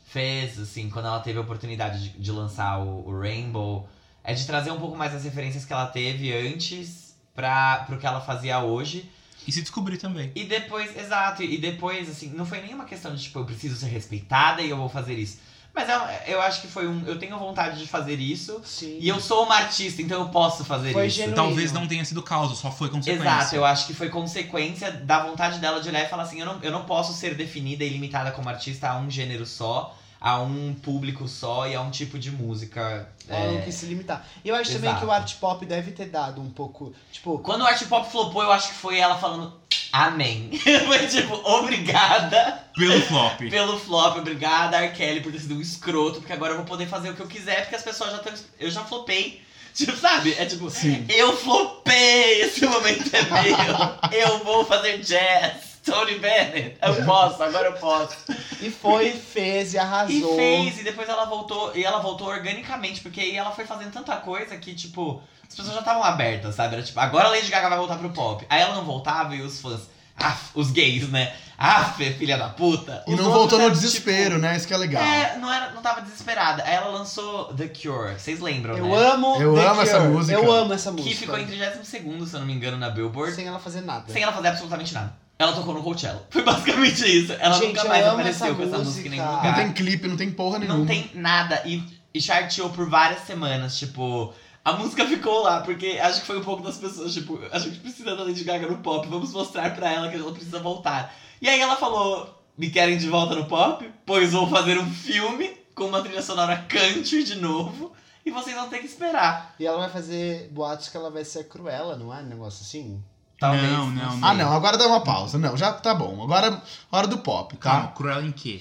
fez, assim, quando ela teve a oportunidade de, de lançar o, o Rainbow. É de trazer um pouco mais as referências que ela teve antes pra, pro que ela fazia hoje. E se descobrir também. E depois, exato, e depois, assim, não foi nenhuma questão de, tipo, eu preciso ser respeitada e eu vou fazer isso. Mas eu, eu acho que foi um. Eu tenho vontade de fazer isso. Sim. E eu sou uma artista, então eu posso fazer Foi isso. genuíno. Talvez não tenha sido causa, só foi consequência. Exato, eu acho que foi consequência da vontade dela de olhar e falar assim: eu não, eu não posso ser definida e limitada como artista a um gênero só, a um público só e a um tipo de música. Ela não é. quis se limitar. E eu acho também Exato. que o art pop deve ter dado um pouco. Tipo, Quando o Art Pop flopou, eu acho que foi ela falando amém. foi tipo, obrigada Pelo flop. pelo flop, obrigada R. Kelly por ter sido um escroto, porque agora eu vou poder fazer o que eu quiser, porque as pessoas já estão. Eu já flopei. Tipo, sabe? É tipo, Sim. eu flopei, esse momento é meu. eu vou fazer jazz. Tony Bennett, eu posso, agora eu posso. e foi, fez e E arrasou. fez, e depois ela voltou, e ela voltou organicamente, porque aí ela foi fazendo tanta coisa que, tipo, as pessoas já estavam abertas, sabe? Era tipo, agora a Lady Gaga vai voltar pro pop. Aí ela não voltava e os fãs, af, os gays, né? Af, filha da puta. E Os não outros voltou no eram, desespero, tipo, né? Isso que é legal. É, não, era, não tava desesperada. Aí ela lançou The Cure, vocês lembram, Eu né? amo. Eu The amo essa Cure. música. Eu amo essa Que música. ficou em 32 segundo, se eu não me engano, na Billboard, sem ela fazer nada. sem ela fazer absolutamente nada. Ela tocou no Coachella. Foi basicamente isso. Ela Gente, nunca eu mais amo apareceu essa com essa música em nenhum música. lugar. Não tem clipe, não tem porra nenhuma. Não tem nada. E, e charteou por várias semanas, tipo. A música ficou lá, porque acho que foi um pouco das pessoas, tipo, a gente precisa da Lady Gaga no pop, vamos mostrar pra ela que ela precisa voltar. E aí ela falou: Me querem de volta no pop? Pois vou fazer um filme com uma trilha sonora country de novo, e vocês vão ter que esperar. E ela vai fazer boatos que ela vai ser cruela, não é? Um negócio assim? Talvez. Não, não, sei. Ah, não, agora dá uma pausa. Não, já tá bom. Agora, hora do pop, Calma, tá? Cruella em quê?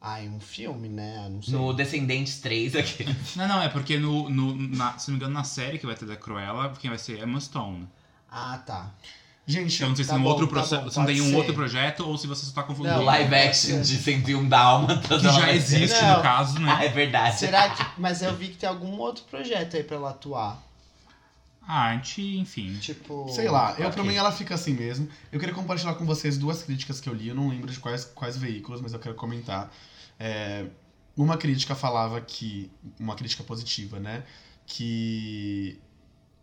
Ai, um filme, né? Eu Não sei. No Descendentes 3, aquele. Não, não, é porque no, no, na- se não me engano, na série que vai ter da Cruella, quem vai ser é Emma Stone. Ah, tá. Gente, Então não sei se, Tá tem um bom, outro tá proce- bom, se não tem pode um ser. outro projeto ou se você só tá confundindo. O Não, live action de 101 Dálmatas. que ela já vai ser- existe, Não. no caso, né? Ah, é verdade. Será que. Mas eu vi que tem algum outro projeto aí pra ela atuar. Ah, a gente, enfim. Tipo. sei lá, eu pra Ok. mim ela fica assim mesmo. Eu queria compartilhar com vocês duas críticas que eu li, eu não lembro de quais, quais veículos, mas eu quero comentar. É, uma crítica falava que. Uma crítica positiva, né? Que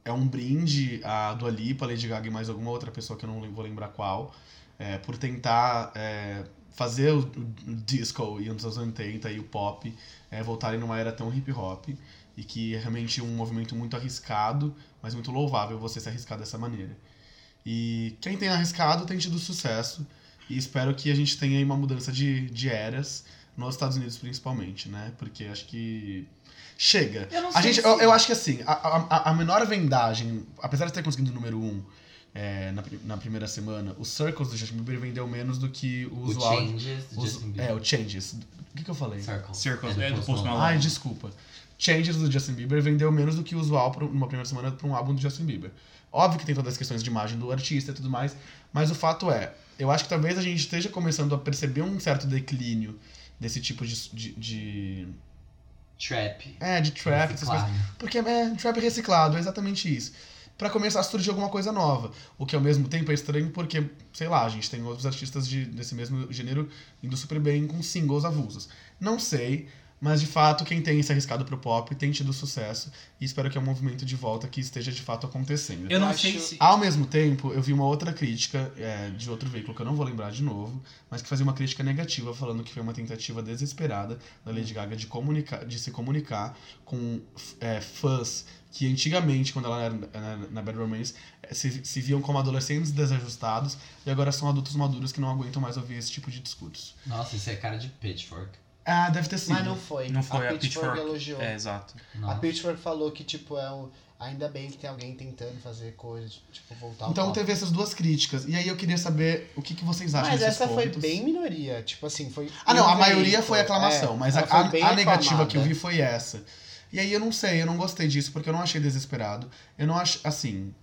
é um brinde a Dua Lipa, Lady Gaga e mais alguma outra pessoa que eu não lem- vou lembrar qual, é, por tentar é, fazer o, o disco e os anos 80 e o pop é, voltarem numa era tão hip hop e que é realmente um movimento muito arriscado, mas muito louvável você se arriscar dessa maneira. E quem tem arriscado tem tido sucesso e espero que a gente tenha aí uma mudança de, de eras nos Estados Unidos principalmente, né? Porque acho que chega. Eu não A sei gente, se- eu, eu acho que assim, a, a, a menor vendagem, apesar de ter conseguido o número 1 um, é, na, pri- na primeira semana, o Circles do Justin Bieber vendeu menos do que o O usual. Changes, os- Justin Bieber. é, o Changes. O que, que eu falei? Circle. Circles, É é do do Post Post Malone. Ai, desculpa. Changes do Justin Bieber vendeu menos do que o usual pra- numa primeira semana para um álbum do Justin Bieber. Óbvio que tem todas as questões de imagem do artista e tudo mais, mas o fato é, eu acho que talvez a gente esteja começando a perceber um certo declínio desse tipo de. de, de- Trap. é, de trap, essas coisas. Claro. Porque é trap reciclado, é exatamente isso. Pra começar a surgir alguma coisa nova. O que ao mesmo tempo é estranho porque, sei lá, a gente tem outros artistas de- desse mesmo gênero indo super bem com singles avulsos. Não sei, mas de fato quem tem se arriscado pro pop tem tido sucesso e espero que é um movimento de volta que esteja de fato acontecendo. Eu não acho- sei se. Ao mesmo tempo, eu vi uma outra crítica é, de outro veículo que eu não vou lembrar de novo, mas que fazia uma crítica negativa, falando que foi uma tentativa desesperada da Lady Gaga de, comunicar, de se comunicar com f- é, fãs que antigamente, quando ela era na, na Bad Romance, é, se, se viam como adolescentes desajustados e agora são adultos maduros que não aguentam mais ouvir esse tipo de discurso. Nossa, isso é cara de pitchfork. Ah, deve ter sido. Mas não foi. Não foi a Pitchfork Pitchfork. elogiou. É, exato. A Nossa. Pitchfork falou que, tipo, é o. Ainda bem que tem alguém tentando fazer coisas, tipo, voltar ao Então pop. teve essas duas críticas. E aí eu queria saber o que, que vocês acham Mas desses essa foi pontos. bem minoria. Tipo assim, foi. Ah, não, um a maioria veículo, foi aclamação, é. mas a, Ela foi a- bem a negativa aclamada. que eu vi foi essa. E aí eu não sei, eu não gostei disso, porque eu não achei desesperado. Eu não acho, assim,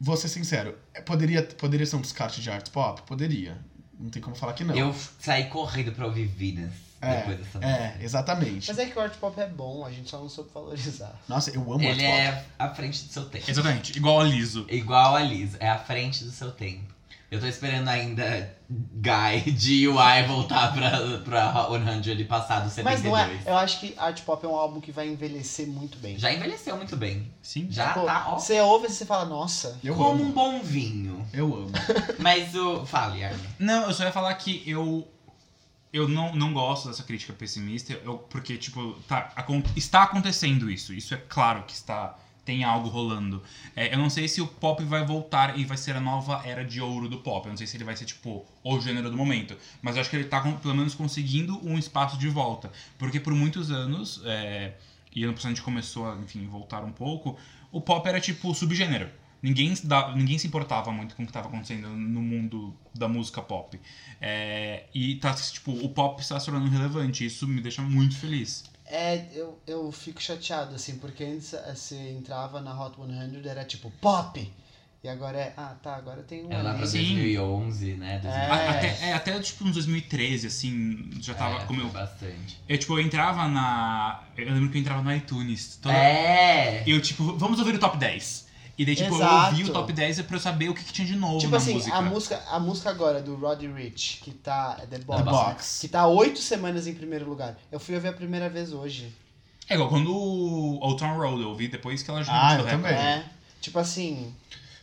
vou ser sincero, é, poderia, poderia ser um descarte de art pop? Poderia. Não tem como falar que não. Eu f- saí correndo pra ouvir Venus É, depois dessa É, exatamente. Mas é que o art pop é bom, a gente só não soube valorizar. Nossa, eu amo art Ele pop. é à frente do seu tempo. Exatamente. Igual a Liso. Igual a Liz, é à frente do seu tempo. Eu tô esperando ainda Guy de UI voltar pra, pra 100 e passar do 72. Mas não é. Eu acho que art pop é um álbum que vai envelhecer muito bem. Já envelheceu muito bem. Sim. Já Pô, tá, ó. Você ouve e você fala, nossa. Eu como um amo. bom vinho. Eu amo. Mas o. Fale, Armin. Não, eu só ia falar que eu eu não, não gosto dessa crítica pessimista, eu, porque, tipo, tá, acon- está acontecendo isso. Isso é claro que está. Tem algo rolando. É, eu não sei se o pop vai voltar e vai ser a nova era de ouro do pop. Eu não sei se ele vai ser, tipo, o gênero do momento. Mas eu acho que ele tá, com- pelo menos, conseguindo um espaço de volta. Porque por muitos anos, é, e ano passado a gente começou a, enfim, voltar um pouco, o pop era, tipo, subgênero. Ninguém, se dá- ninguém se importava muito com o que estava acontecendo no mundo da música pop. É, e tá, tipo, o pop está se tornando relevante. Isso me deixa muito feliz. É, eu, eu fico chateado, assim, porque antes eh, você entrava na Hot 100 era tipo pop! E agora é, ah tá, agora tem um. É lá pra anime. Sim. 2011, né? 2011. A- É. Até, é, até tipo uns 2013, assim, já tava. É, como eu, Bastante. eu, tipo, eu entrava na. Eu lembro que eu entrava no iTunes. Toda, É! Eu, tipo, vamos ouvir o top 10. E daí, tipo, Exato. eu ouvi o top 10 pra eu saber o que, que tinha de novo Tipo na assim, música. a música, a música agora do Roddy Rich, que tá. é The Box. The Box. Que tá oito semanas em primeiro lugar. Eu fui ouvir a primeira vez hoje. É igual quando o Old Town Road eu ouvi depois que ela já Ah, lançou eu o recorde. também. É. Tipo assim.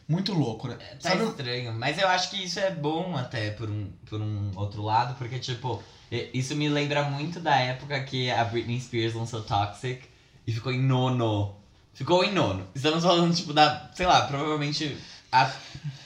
Muito louco, né? Tá Sabe, estranho, mas eu acho que isso é bom até por um, por um outro lado, porque, tipo, e- isso me lembra muito da época que a Britney Spears lançou Toxic e ficou em nono. Ficou em nono. Estamos falando, tipo, da, sei lá, provavelmente a-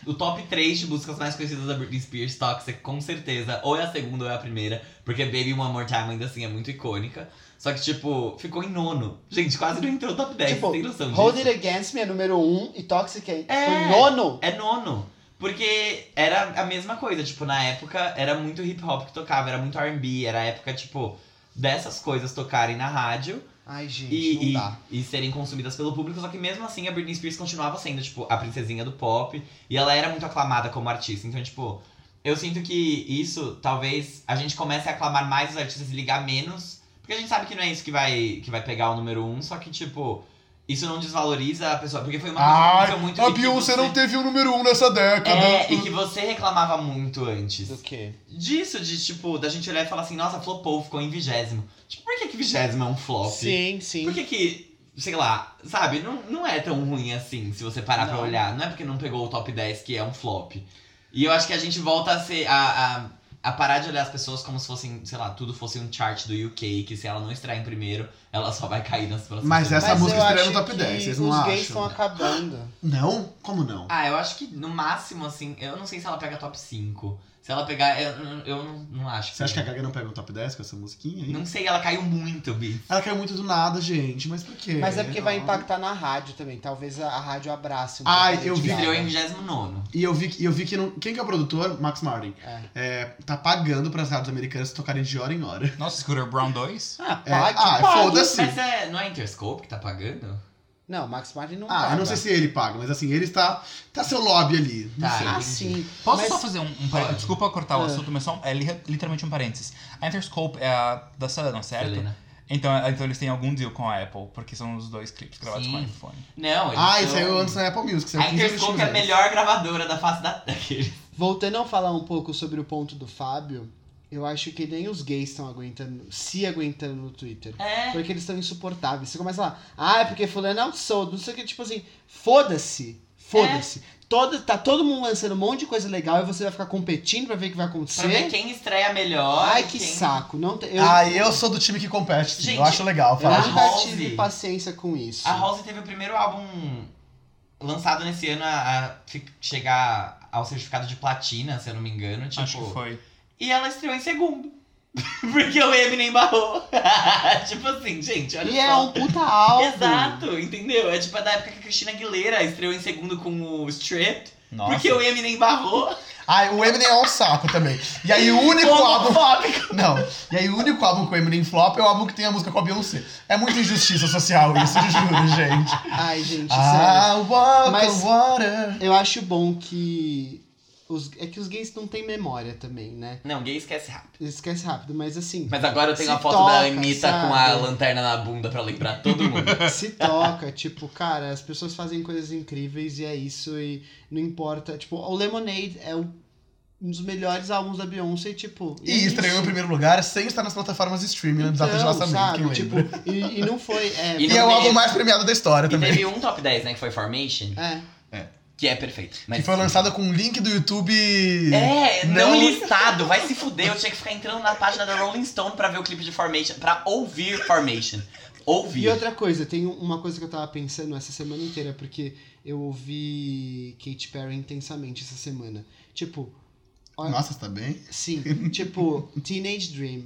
o top 3 de músicas mais conhecidas da Britney Spears, Toxic, com certeza, ou é a segunda ou é a primeira, porque Baby One More Time ainda assim é muito icônica. Só que, tipo, ficou em nono. Gente, quase não entrou no top 10, Tipo, tem noção disso? Hold It Against Me é número um e Toxic é, É. foi nono. É nono. Porque era a mesma coisa, tipo, na época era muito hip hop que tocava, era muito RB, era a época, tipo, dessas coisas tocarem na rádio Ai, gente, não e, e, dá. e serem consumidas pelo público, só que mesmo assim a Britney Spears continuava sendo, tipo, a princesinha do pop e ela era muito aclamada como artista, então, tipo, eu sinto que isso talvez a gente comece a aclamar mais os artistas e ligar menos, porque a gente sabe que não é isso que vai, que vai pegar o número um, só que, tipo. Isso não desvaloriza a pessoa, porque foi uma coisa que Ai, aconteceu muito a e que Beyoncé você- não teve o número 1 um nessa década. é, e que você reclamava muito antes. Do quê? Disso, de tipo, da gente olhar e falar assim, nossa, flopou, ficou em vigésimo. Tipo, por que que vigésimo é um flop? Sim, sim. Por que que, sei lá, sabe, não, não é tão ruim assim, se você parar pra Não. olhar. Não é porque não pegou o top 10 que é um flop. E eu acho que a gente volta a ser, a, a, a parar de olhar as pessoas como se fossem, sei lá, tudo fosse um chart do UK, que se ela não extrair em primeiro, ela só vai cair nas próximas. Mas essa semanas. Mas música eu estreia acho no top que 10, vocês os não gays acham? estão acabando. Não? Como não? Ah, eu acho que no máximo, assim, eu não sei se ela pega top 5. Se ela pegar, eu, eu não, não acho. Você acha que é a Gaga não pega o top 10 com essa musiquinha aí? Não sei, ela caiu muito, Bi. Ela caiu muito do nada, gente. Mas por quê? Mas é porque vai Não. impactar na rádio também. Talvez a, a rádio abrace um Ai, pouco a eu Lady vi- Gaga. Estreou em 29. E eu vi, que- e eu vi que não. Quem que é o produtor? Max Martin. É. É, tá pagando pras rádios americanas tocarem de hora em hora. Nossa, Scooter Brown 2? Ah, É, pague, ah, pague. foda-se. Mas é, não é a Interscope que tá pagando? Não, Max Martin não Ah, eu não paga. sei se ele paga, mas assim, ele está. Tá seu lobby ali. Não Tá. sei. Ah, sim. Posso Mas- só fazer um, um parênteses? Desculpa cortar o Ah. assunto, mas só, é li- literalmente um parênteses. A Interscope é a da Selena, certo? Selena. Então, é- então eles têm algum deal com a Apple, porque são os dois clipes gravados Sim. com iPhone. Não, eles Ah, e são- saiu antes na Apple Music. Saiu então A 15 minutinhos Interscope é a antes. melhor gravadora da face da... daquele. Voltando a falar um pouco sobre o ponto do Fábio, eu acho que nem os gays estão aguentando, se aguentando no Twitter. É. Porque eles estão insuportáveis. Você começa lá, ah, é porque fulano é um soldo, não sei o que, tipo assim, foda-se, É. foda-se. Todo, tá todo mundo lançando um monte de coisa legal e você vai ficar competindo pra ver o que vai acontecer. Pra ver quem estreia melhor. Ai, que quem... saco. Não tem- eu Ah, eu sou do time que compete. sim. eu Gente, acho legal eu falar a nunca Rose. tive paciência com isso. A Rose teve o primeiro álbum lançado nesse ano a, a fi- chegar ao certificado de platina, se eu não me engano. Tipo, Acho que foi. E ela estreou em segundo. Porque o Eminem barrou. tipo assim, gente, olha e só. é um puta álbum. Exato, entendeu? É tipo da época que a Cristina Aguilera estreou em segundo com o Stripped. Nossa. Porque o Eminem barrou. Ai, o Eminem é um saco também. E aí o único álbum. Homofóbico. Não. E aí o único álbum com o Eminem flop é o álbum que tem a música com a Beyoncé. É muita injustiça social isso, eu juro, gente. Ai, gente, sério. Ah, walk Mas- on water. Eu acho bom que. Os, é que os gays não têm memória também, né? Não, gay esquece rápido. Eles esquecem rápido, mas assim, Mas agora eu tenho Se a foto da toca, Anitta sabe? com a lanterna na bunda pra lembrar todo mundo. se toca, tipo, cara, as pessoas fazem coisas incríveis e é isso, e não importa. Tipo, o Lemonade é um, um dos melhores álbuns da Beyoncé, e tipo. é E estreou em primeiro lugar sem estar nas plataformas de streaming na data de Então, lançamento, sabe? quem lembra? Tipo, e, e não foi. É, E E não é o teve- álbum mais premiado da história e também. teve um top 10, né? Que foi Formation. é. É. que é perfeito. Mas Que foi lançada com um link do YouTube. É, não, Não- listado, vai se fuder. Eu tinha que ficar entrando na página da Rolling Stone pra ver o clipe de Formation, pra ouvir Formation. Ouvir. E outra coisa, tem uma coisa que eu tava pensando essa semana inteira, porque eu ouvi Katy Perry intensamente essa semana. Tipo, olha- Nossa, você tá bem? Sim, tipo, Teenage Dream.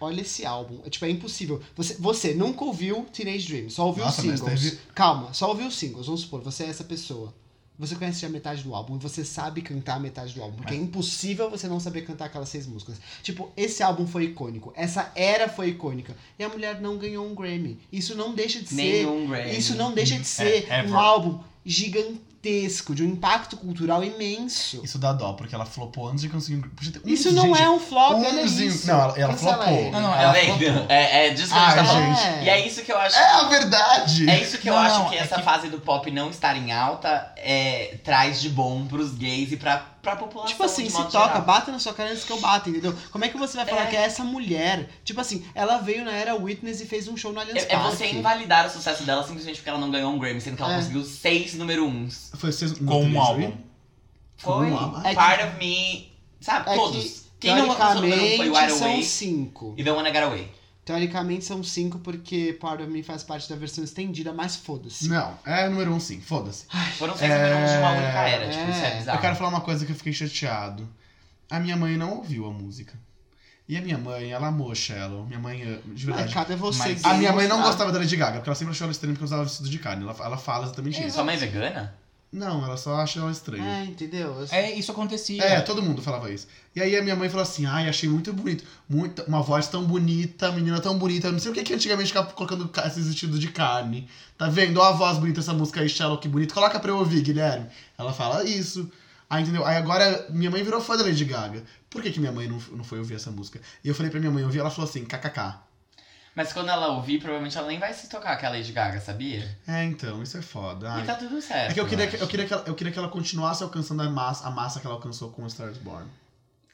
Olha esse álbum. É, tipo, é impossível. Você, você nunca ouviu Teenage Dream, só ouviu os Nossa, mas singles. teve- Calma, só ouviu os singles. Vamos supor, você é essa pessoa. Você conhece já metade do álbum e você sabe cantar a metade do álbum. Porque é impossível você não saber cantar aquelas seis músicas. Tipo, esse álbum foi icônico. Essa era foi icônica. E a mulher não ganhou um Grammy. Isso não deixa de ser. Nenhum Grammy. Isso não deixa de ser É, ever. um álbum gigantesco, de um impacto cultural imenso. Isso dá dó, porque ela flopou antes de conseguir. Podia ter um- Isso não gente, é um flop, um ela é zinho- isso. Não, ela- ela Cancela flopou. ele. Não, não, Tá ela vendo? flopou. É, é disso que a gente Ai, tá falando. Ah, gente. E é isso que eu acho. É a verdade! É isso que eu Não, acho não, que é essa que- fase do pop não estar em alta é, traz de bom pros gays e pra, pra população. Tipo assim, de se modo toca, geral. bata na sua cara antes que eu bata, entendeu? Como é que você vai falar É. que é essa mulher? Tipo assim, ela veio na era Witness e fez um show no Allianz É, é Parque. você invalidar o sucesso dela simplesmente porque ela não ganhou um Grammy, sendo que ela É. conseguiu seis número uns. Foi vocês Com um álbum. Foi Como ela? É que- Part of Me. Sabe, É que, todos. Quem não alcançou o número um foi Teoricamente Wide são Away cinco. e The Wanna Get Away. Teoricamente são cinco, porque Part of Me faz parte da versão estendida, mas foda-se. Não, é número um sim, foda-se. Foram seis número uns de uma única era, tipo, isso é É. bizarro. Eu quero falar uma coisa que eu fiquei chateado. A minha mãe não ouviu a música. E a minha mãe, ela amou Shallow. Minha mãe, de É, verdade. cada você. Mas- gay a minha mãe não gostar. gostava da Lady Gaga, porque ela sempre achou ela estranha porque usava vestido de carne. Ela, ela fala exatamente isso. Sua mãe é vegana? Não, ela só acha ela estranha. É, entendeu? Eu- É, isso acontecia. É, todo mundo falava isso. E aí a minha mãe falou assim: ai, achei muito bonito. Muita, uma voz tão bonita, menina tão bonita. Não sei o que, que antigamente ficava colocando ca- esses vestidos de carne. Tá vendo? Ó a voz bonita essa música aí, Shallow, que bonito. Coloca pra eu ouvir, Guilherme. Ela fala isso. Aí, entendeu? Aí agora minha mãe virou fã da Lady Gaga. Por que, que minha mãe não, não foi ouvir essa música? E eu falei pra minha mãe ouvir, ela falou assim: kkk. Mas quando ela ouvir, provavelmente ela nem vai se tocar com a Lady Gaga, sabia? É, então, isso é foda. E Ai. tá tudo certo. É que eu queria que, acho. eu, queria que ela, eu queria que ela continuasse alcançando a massa, a massa que ela alcançou com o Star is Born.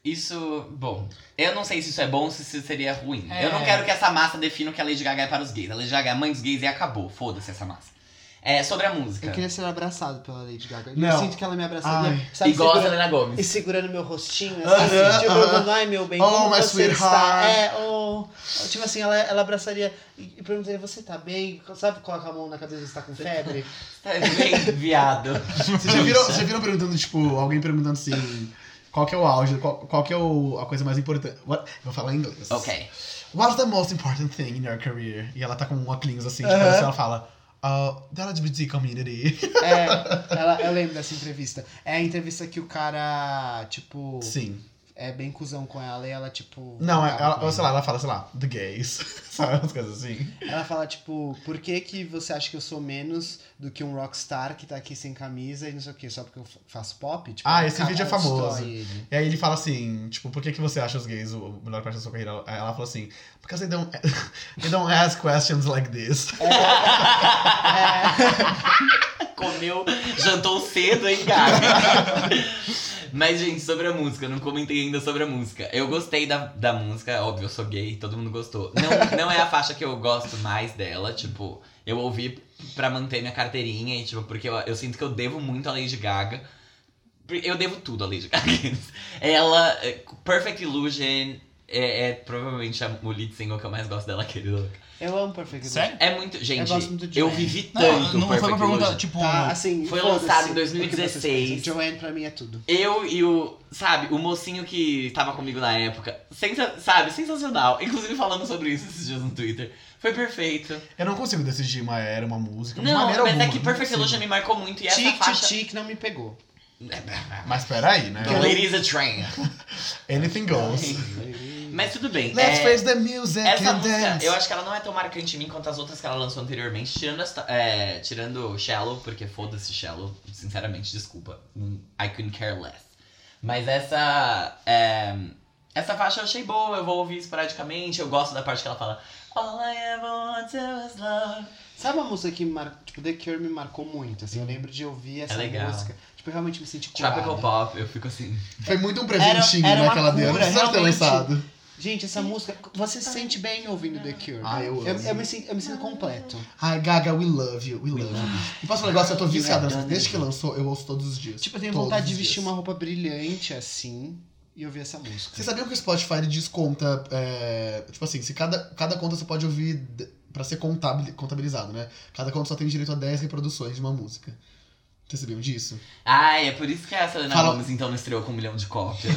Isso, bom. Eu não sei se isso é bom ou se isso seria ruim. É. Eu não quero que essa massa defina o que a Lady Gaga é para os gays. A Lady Gaga é a mãe dos gays e acabou. Foda-se essa massa. É, sobre a música. Eu queria ser abraçado pela Lady Gaga. Eu Não. sinto que ela me abraçaria. Ai. Sabe, Igual a segurando- Selena E Gomez. segurando meu rostinho, Aham, assim, tipo, aham. falando, ai meu bem, Oh, como my você está? sweetheart. É, oh. Tipo assim, ela, ela abraçaria e e perguntaria, você tá bem? Sabe, coloca a mão na cabeça, você tá com febre? Tá bem, viado. tipo, Vocês já é. viram, vocês já viram perguntando, tipo, alguém perguntando assim, qual que é o auge, qual, qual que é o, a coisa mais importante? What- eu vou falar em inglês. ok. What's the most important thing in your career? E ela tá com um óculos assim, tipo, Aham. assim, ela fala, uh, the LGBT community. É, ela, eu lembro dessa entrevista. É a entrevista que o cara, tipo, Sim. é bem cuzão com ela e ela, tipo... Não, acaba ela, com ou ele. sei lá, ela fala, sei lá, the gays. Sabe, umas coisas assim. Ela fala, tipo, por que que você acha que eu sou menos do que um rockstar que tá aqui sem camisa e não sei o quê, só porque eu fa- faço pop? Tipo, Ah, esse cara, vídeo é ela destrói famoso. ele. E aí ele fala assim, tipo, por que, que você acha os gays o o melhor parte da sua carreira? Ela ela fala assim, because they don't, they don't ask questions like this. É, Comeu, jantou cedo, hein, Gaga? Mas, gente, sobre a música, eu não comentei ainda sobre a música. Eu gostei da, da música, óbvio, eu sou gay, todo mundo gostou. Não, não é a faixa que eu gosto mais dela, tipo, eu ouvi pra manter minha carteirinha e, tipo, porque eu, eu sinto que eu devo muito a Lady Gaga. Eu devo tudo a Lady Gaga. Ela, é, Perfect Illusion, é, é provavelmente a, o lead single que eu mais gosto dela, querida. Eu amo Perfect Illusion. Sério? É muito. Gente, eu, gosto muito de Joanne. vivi Não, tanto. não foi Perfect uma pergunta, Illusion. tipo. Tá, assim, Foi foda-se. lançado em O que vocês 2016. pensam? Joanne pra mim é tudo. Eu e o, sabe, o mocinho que tava comigo na época, sensa, sabe, sensacional. Inclusive falando sobre isso esses dias no Twitter. Foi perfeito. Eu não consigo decidir uma era, uma música, de não, mas maneira alguma. né? é que Perfect não consigo. Illusion me marcou muito e essa Tic faixa. É. Tic não me pegou. Mas peraí, né? The Ladies a Train. Anything goes. Mas tudo bem. Let's é, face the music essa and música, dance. eu acho que ela não é tão marcante em mim quanto as outras que ela lançou anteriormente, tirando, esta, é, tirando Shallow, porque foda-se Shallow, sinceramente, desculpa. Hum, I couldn't care less. Mas essa. é, essa faixa eu achei boa, eu vou ouvir esporadicamente, eu gosto da parte que ela fala. All I ever want to is love. Sabe uma música que me mar... tipo, The Cure me marcou muito, assim, eu lembro de ouvir essa É legal. música. Tipo, eu realmente me senti curado. Tropical Pop, eu fico assim. Foi muito um presentinho, Era- era né, uma que ela deu. cura, Não precisava ter realmente. lançado. Gente, essa música, você se sente bem ouvindo The Cure. Ah, eu amo. eu, eu me sinto, eu me sinto completo. Ai, Gaga, we love you, we, love, Uhum. you. E posso falar um negócio? Eu tô viciada. nessa- Gaga. Desde que lançou, eu ouço todos os dias. Tipo, eu tenho Todos vontade de os vestir dias. uma roupa brilhante assim e ouvir essa música. Você sabia que o Spotify ele desconta. é, tipo assim, se cada, cada conta você pode ouvir d- pra ser contabil- contabilizado, né? Cada conta só tem direito a 10 reproduções de uma música. Vocês sabiam disso? Ai, é por isso que a Selena Fala- Gomes então não estreou com um milhão de cópias.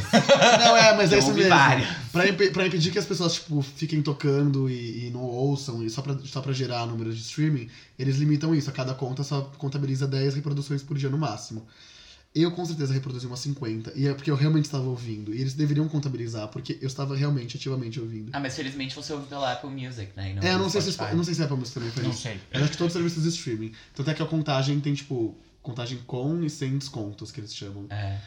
Não, é, mas é Eu isso ouvi mesmo. várias. Pra, impe- pra impedir que as pessoas, tipo, fiquem tocando e, e não ouçam, e só pra, só pra gerar número de streaming, eles limitam isso. A cada conta só contabiliza 10 reproduções por dia no máximo. Eu com certeza reproduzi umas 50. E é porque eu realmente estava ouvindo. E eles deveriam contabilizar, porque eu estava realmente ativamente ouvindo. ah, mas felizmente você ouve pela Apple Music, né? e É, eu não pelo sei, se, Spotify. eu não sei se a Apple Music também faz assim, Não isso. sei. Eu acho É que todos os serviços de streaming. Tanto é que a contagem tem, tipo, contagem com e sem descontos, que eles chamam. É.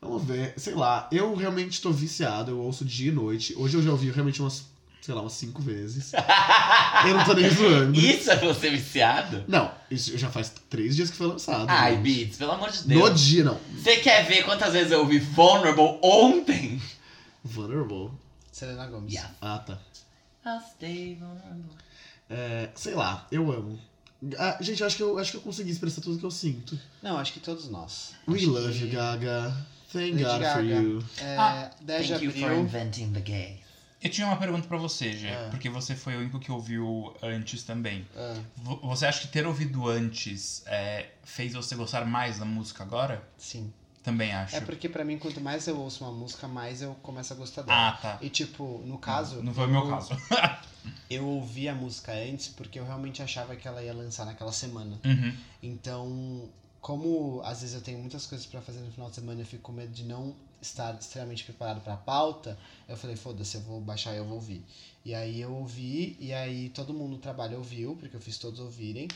Vamos ver, sei lá, eu realmente tô viciado, eu ouço dia e noite. Hoje eu já ouvi realmente umas, sei lá, umas cinco vezes. eu não tô nem zoando. Isso é você viciado? Não, isso já faz três dias que foi lançado. Ai, gente. Beats, pelo amor de No Deus. dia, não. Você quer ver quantas vezes eu ouvi Vulnerable ontem? Vulnerable. Selena Gomes. Yeah. Ah, tá. I'll stay vulnerable. É, sei lá, eu amo. Ah, gente, eu acho que eu acho que eu consegui expressar tudo que eu sinto. Não, acho que todos nós. We Acho love que- you, Gaga. Thank Lady God for Gaga. you. É, Ah, 10 de Thank you for abril. inventing the gay. Eu tinha uma pergunta pra você, Gê, Ah. porque você foi o único que ouviu antes também. Ah, Vo- Você acha que ter ouvido antes é, fez você gostar mais da música agora? sim. Também acho. É porque pra mim, quanto mais eu ouço uma música, mais eu começo a gostar dela. Ah, Uhum. tá. E tipo, no caso, Não foi o meu eu- caso. eu ouvi a música antes porque eu realmente achava que ela ia lançar naquela semana. Uhum. Então, como às vezes eu tenho muitas coisas pra fazer no final de semana e eu fico com medo de não estar extremamente preparado pra pauta, eu falei, foda-se, eu vou baixar e eu vou ouvir. E aí eu ouvi, e aí todo mundo no trabalho ouviu, porque eu fiz todos ouvirem.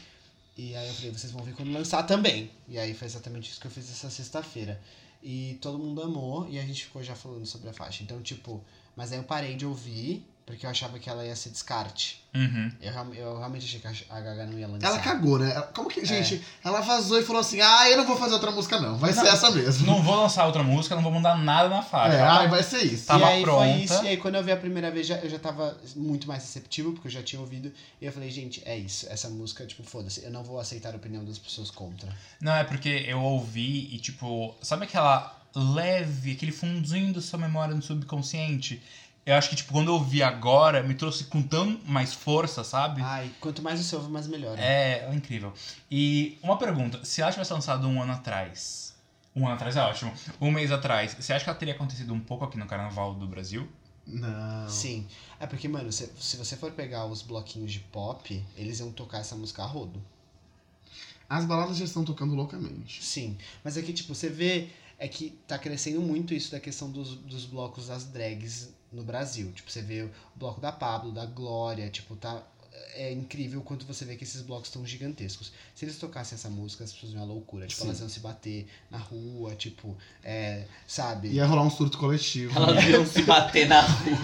E aí eu falei, vocês vão ouvir quando lançar também. E aí foi exatamente isso que eu fiz essa sexta-feira. E todo mundo amou, e a gente ficou já falando sobre a faixa. Então, tipo, mas aí eu parei de ouvir, porque eu achava que ela ia ser descarte. Uhum. Eu, realme- eu realmente achei que a Gaga não ia lançar. Ela cagou, né? Ela- Como que, gente, ela vazou e falou assim: "Ah, eu não vou fazer outra música não, vai ser essa mesmo". Não vou lançar outra música, não vou mudar nada na faixa. É, Ela ai, vai ser isso. Tá. Tava e aí pronta. foi isso, e aí quando eu vi a primeira vez, já- eu já tava muito mais receptivo, porque eu já tinha ouvido. E eu falei, gente, é isso. Essa música, tipo, foda-se, eu não vou aceitar a opinião das pessoas contra. Não, é porque eu ouvi e, tipo, sabe aquela leve, aquele fundinho da sua memória no subconsciente? Eu acho que, tipo, quando eu ouvi agora, me trouxe com tão mais força, sabe? Ai, quanto mais você ouve, mais né? melhora. É, é incrível. E uma pergunta, se ela tivesse lançado um ano atrás, um ano atrás é ótimo, um mês atrás, você acha que ela teria acontecido um pouco aqui no Carnaval do Brasil? Não. Sim. É porque, mano, se, se você for pegar os bloquinhos de pop, eles iam tocar essa música a rodo. As baladas já estão tocando loucamente. Sim. Mas é que, tipo, você vê. É que tá crescendo muito isso da questão dos, dos blocos das drags no Brasil. Tipo, você vê o bloco da Pablo, da Glória, tipo, tá. É incrível o quanto você vê que esses blocos estão gigantescos. Se eles tocassem essa música, as pessoas iam à loucura. Tipo, Sim. elas iam se bater na rua, tipo, é, sabe? Ia rolar um surto coletivo. Elas iam se bater na rua.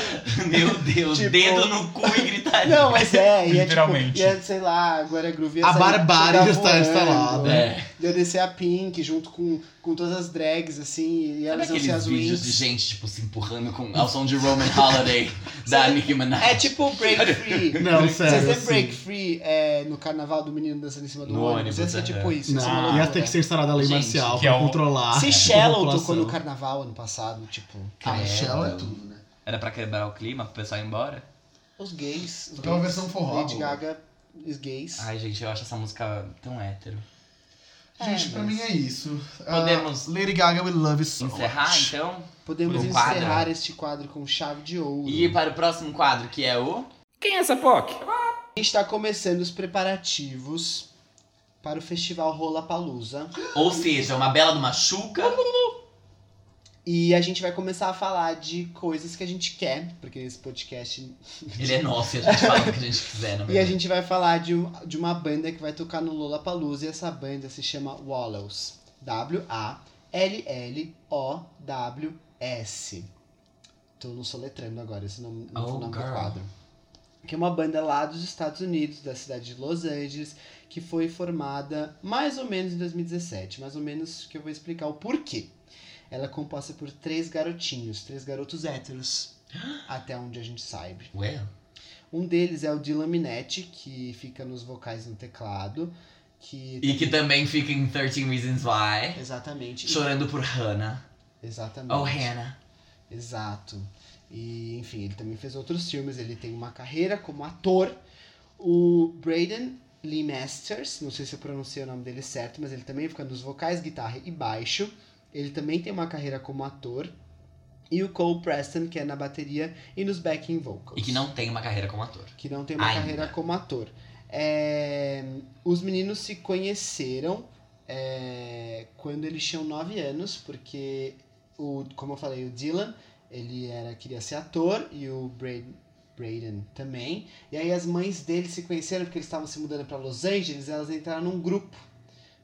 Meu Deus, Tipo- dedo no cu e gritaria. Não, mas é, ia, tipo, Literalmente. ia, sei lá, a Glória Groove ia A sair- barbárie chegar já está voando. instalada. É. Ia descer a Pink junto com, com todas as drags, assim, e Sabe elas iam ser aqueles as vídeos wings. de gente, tipo, se empurrando com, ao som de Roman Holiday da Nicki Minaj? É tipo Break Free. Não, Vocês sério. lembram Break Assim. Free é, no carnaval do menino dançando em cima do No ônibus? Ia ônibus, ser é. tipo isso. ia ser uma Não, loucura. ia ter que ser instaurada a lei Gente, marcial que pra é o- controlar. Se a Shallow população. tocou no carnaval ano passado, tipo, Ah, Credo. Shallow é tudo, né? Era pra quebrar o clima, pro pessoal ir embora? os gays. Os Tocou uma gays, versão forró, Lady pô. Gaga, os gays. Ai, gente, eu acho essa música tão hétero. Gente, É, pra mas mim é isso. Podemos- Ah, Lady Gaga, we love you so Encerrar, much. então? Podemos Pro encerrar quadro. este quadro com chave de ouro. E ir para o próximo quadro, que é o... Quem é essa POC? A gente tá começando os preparativos para o festival Rollapalooza. Ou seja, uma bela de uma chuca. E a gente vai começar a falar de coisas que a gente quer, porque esse podcast Ele é nosso e a gente fala o que a gente quiser, não é E a gente vai falar de, um- de uma banda que vai tocar no Lollapalooza e essa banda se chama Wallows. W-A-L-L-O-W-S. Tô no soletrando agora, esse nome, não foi o Oh, nome do girl. quadro. Que é uma banda lá dos Estados Unidos, da cidade de Los Angeles, que foi formada mais ou menos em 2017. Mais ou menos que eu vou explicar o porquê. Ela é composta por três garotinhos, três garotos héteros. até onde a gente sabe. Ué? Um deles é o Dylan Minetti, que fica nos vocais e no teclado. Que E que também fica em 13 Reasons Why. Exatamente. Chorando por Hannah. Exatamente. Oh, Hannah. Exato. E, enfim, ele também fez outros filmes, ele tem uma carreira como ator. O Braden Lee Masters, não sei se eu pronunciei o nome dele certo, mas ele também fica nos vocais, guitarra e baixo. Ele também tem uma carreira como ator. E o Cole Preston, que é na bateria e nos backing vocals. E que não tem uma carreira como ator. Que não tem uma Ainda. carreira como ator. É, os meninos se conheceram é, quando eles tinham 9 anos, porque, o, como eu falei, o Dylan ele era, queria ser ator e o Braden, Braden também. E aí as mães dele se conheceram porque eles estavam se mudando para Los Angeles elas entraram num grupo.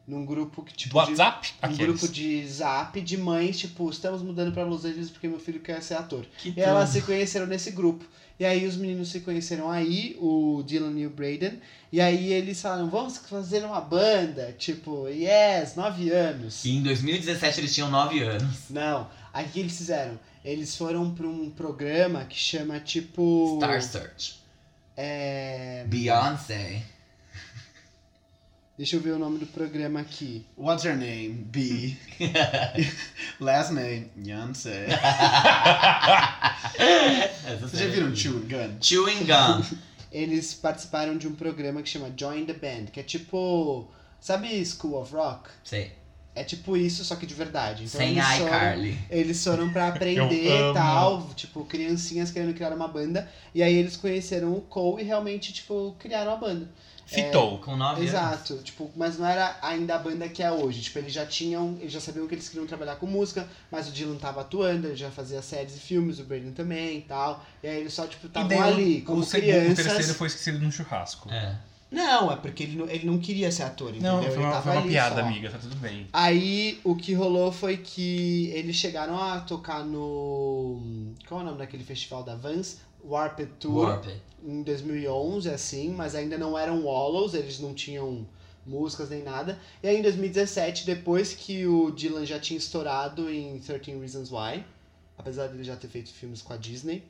Num grupo que tipo. de- WhatsApp? um Aqueles. grupo de zap de mães, tipo, estamos mudando pra Los Angeles porque meu filho quer ser ator. Que E elas se conheceram nesse grupo. E aí os meninos se conheceram aí, o Dylan e o Braden. E aí eles falaram, vamos fazer uma banda. Tipo, yes, nove anos. E em 2017 eles tinham 9 anos. Não. Aí o que eles fizeram? Eles foram pra um programa que chama, tipo... Star Search. É... Beyoncé. Deixa eu ver o nome do programa aqui. What's your name? B. Last name? Yancey. Vocês já viram Chewing Gun? é Chewing Gum. Eles participaram de um programa que chama Join the Band, que é tipo... Sabe School of Rock? Sei. É tipo isso, só que de verdade. Então Sem eles foram, iCarly. Eles foram pra Eu aprender e amo. tal, tipo, criancinhas querendo criar uma banda. E aí eles conheceram o Cole e realmente, tipo, criaram a banda. Fitou. Com 9 anos. Exato. Tipo, mas não era ainda a banda que é hoje. Tipo, eles já tinham, eles já sabiam que eles queriam trabalhar com música, mas o Dylan tava atuando, ele já fazia séries e filmes, o Brandon também e tal. E aí eles só, tipo, daí estavam o- ali, como o segundo, o terceiro crianças. foi esquecido no churrasco. É. Não, é porque ele não, ele não queria ser ator, entendeu? Não, foi ele uma, tava foi uma ali piada, só. amiga, tá tudo bem. Aí o que rolou foi que eles chegaram a tocar no. Qual é o nome daquele festival da Vans? Warped Tour Warped. em 2011, assim, mas ainda não eram Wallows, eles não tinham músicas nem nada. E aí em 2017, depois que o Dylan já tinha estourado em 13 Reasons Why, apesar dele já ter feito filmes com a Disney,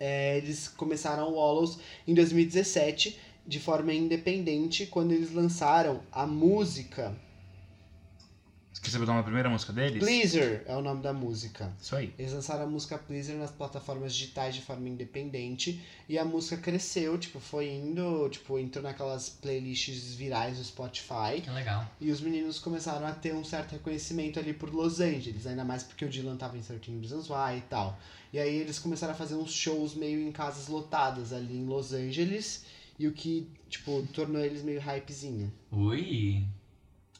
é, eles começaram o Wallows em 2017 de forma independente quando eles lançaram a música Quer saber o nome da primeira música deles? Pleaser é o nome da música. Isso aí. Eles lançaram a música Pleaser nas plataformas digitais de forma independente e a música cresceu, tipo, foi indo, tipo, entrou naquelas playlists virais do Spotify Que legal. e os meninos começaram a ter um certo reconhecimento ali por Los Angeles, ainda mais porque o Dylan tava em 13 Reasons Why e tal. E aí eles começaram a fazer uns shows meio em casas lotadas ali em Los Angeles e o que, tipo, tornou eles meio hypezinho. Ui.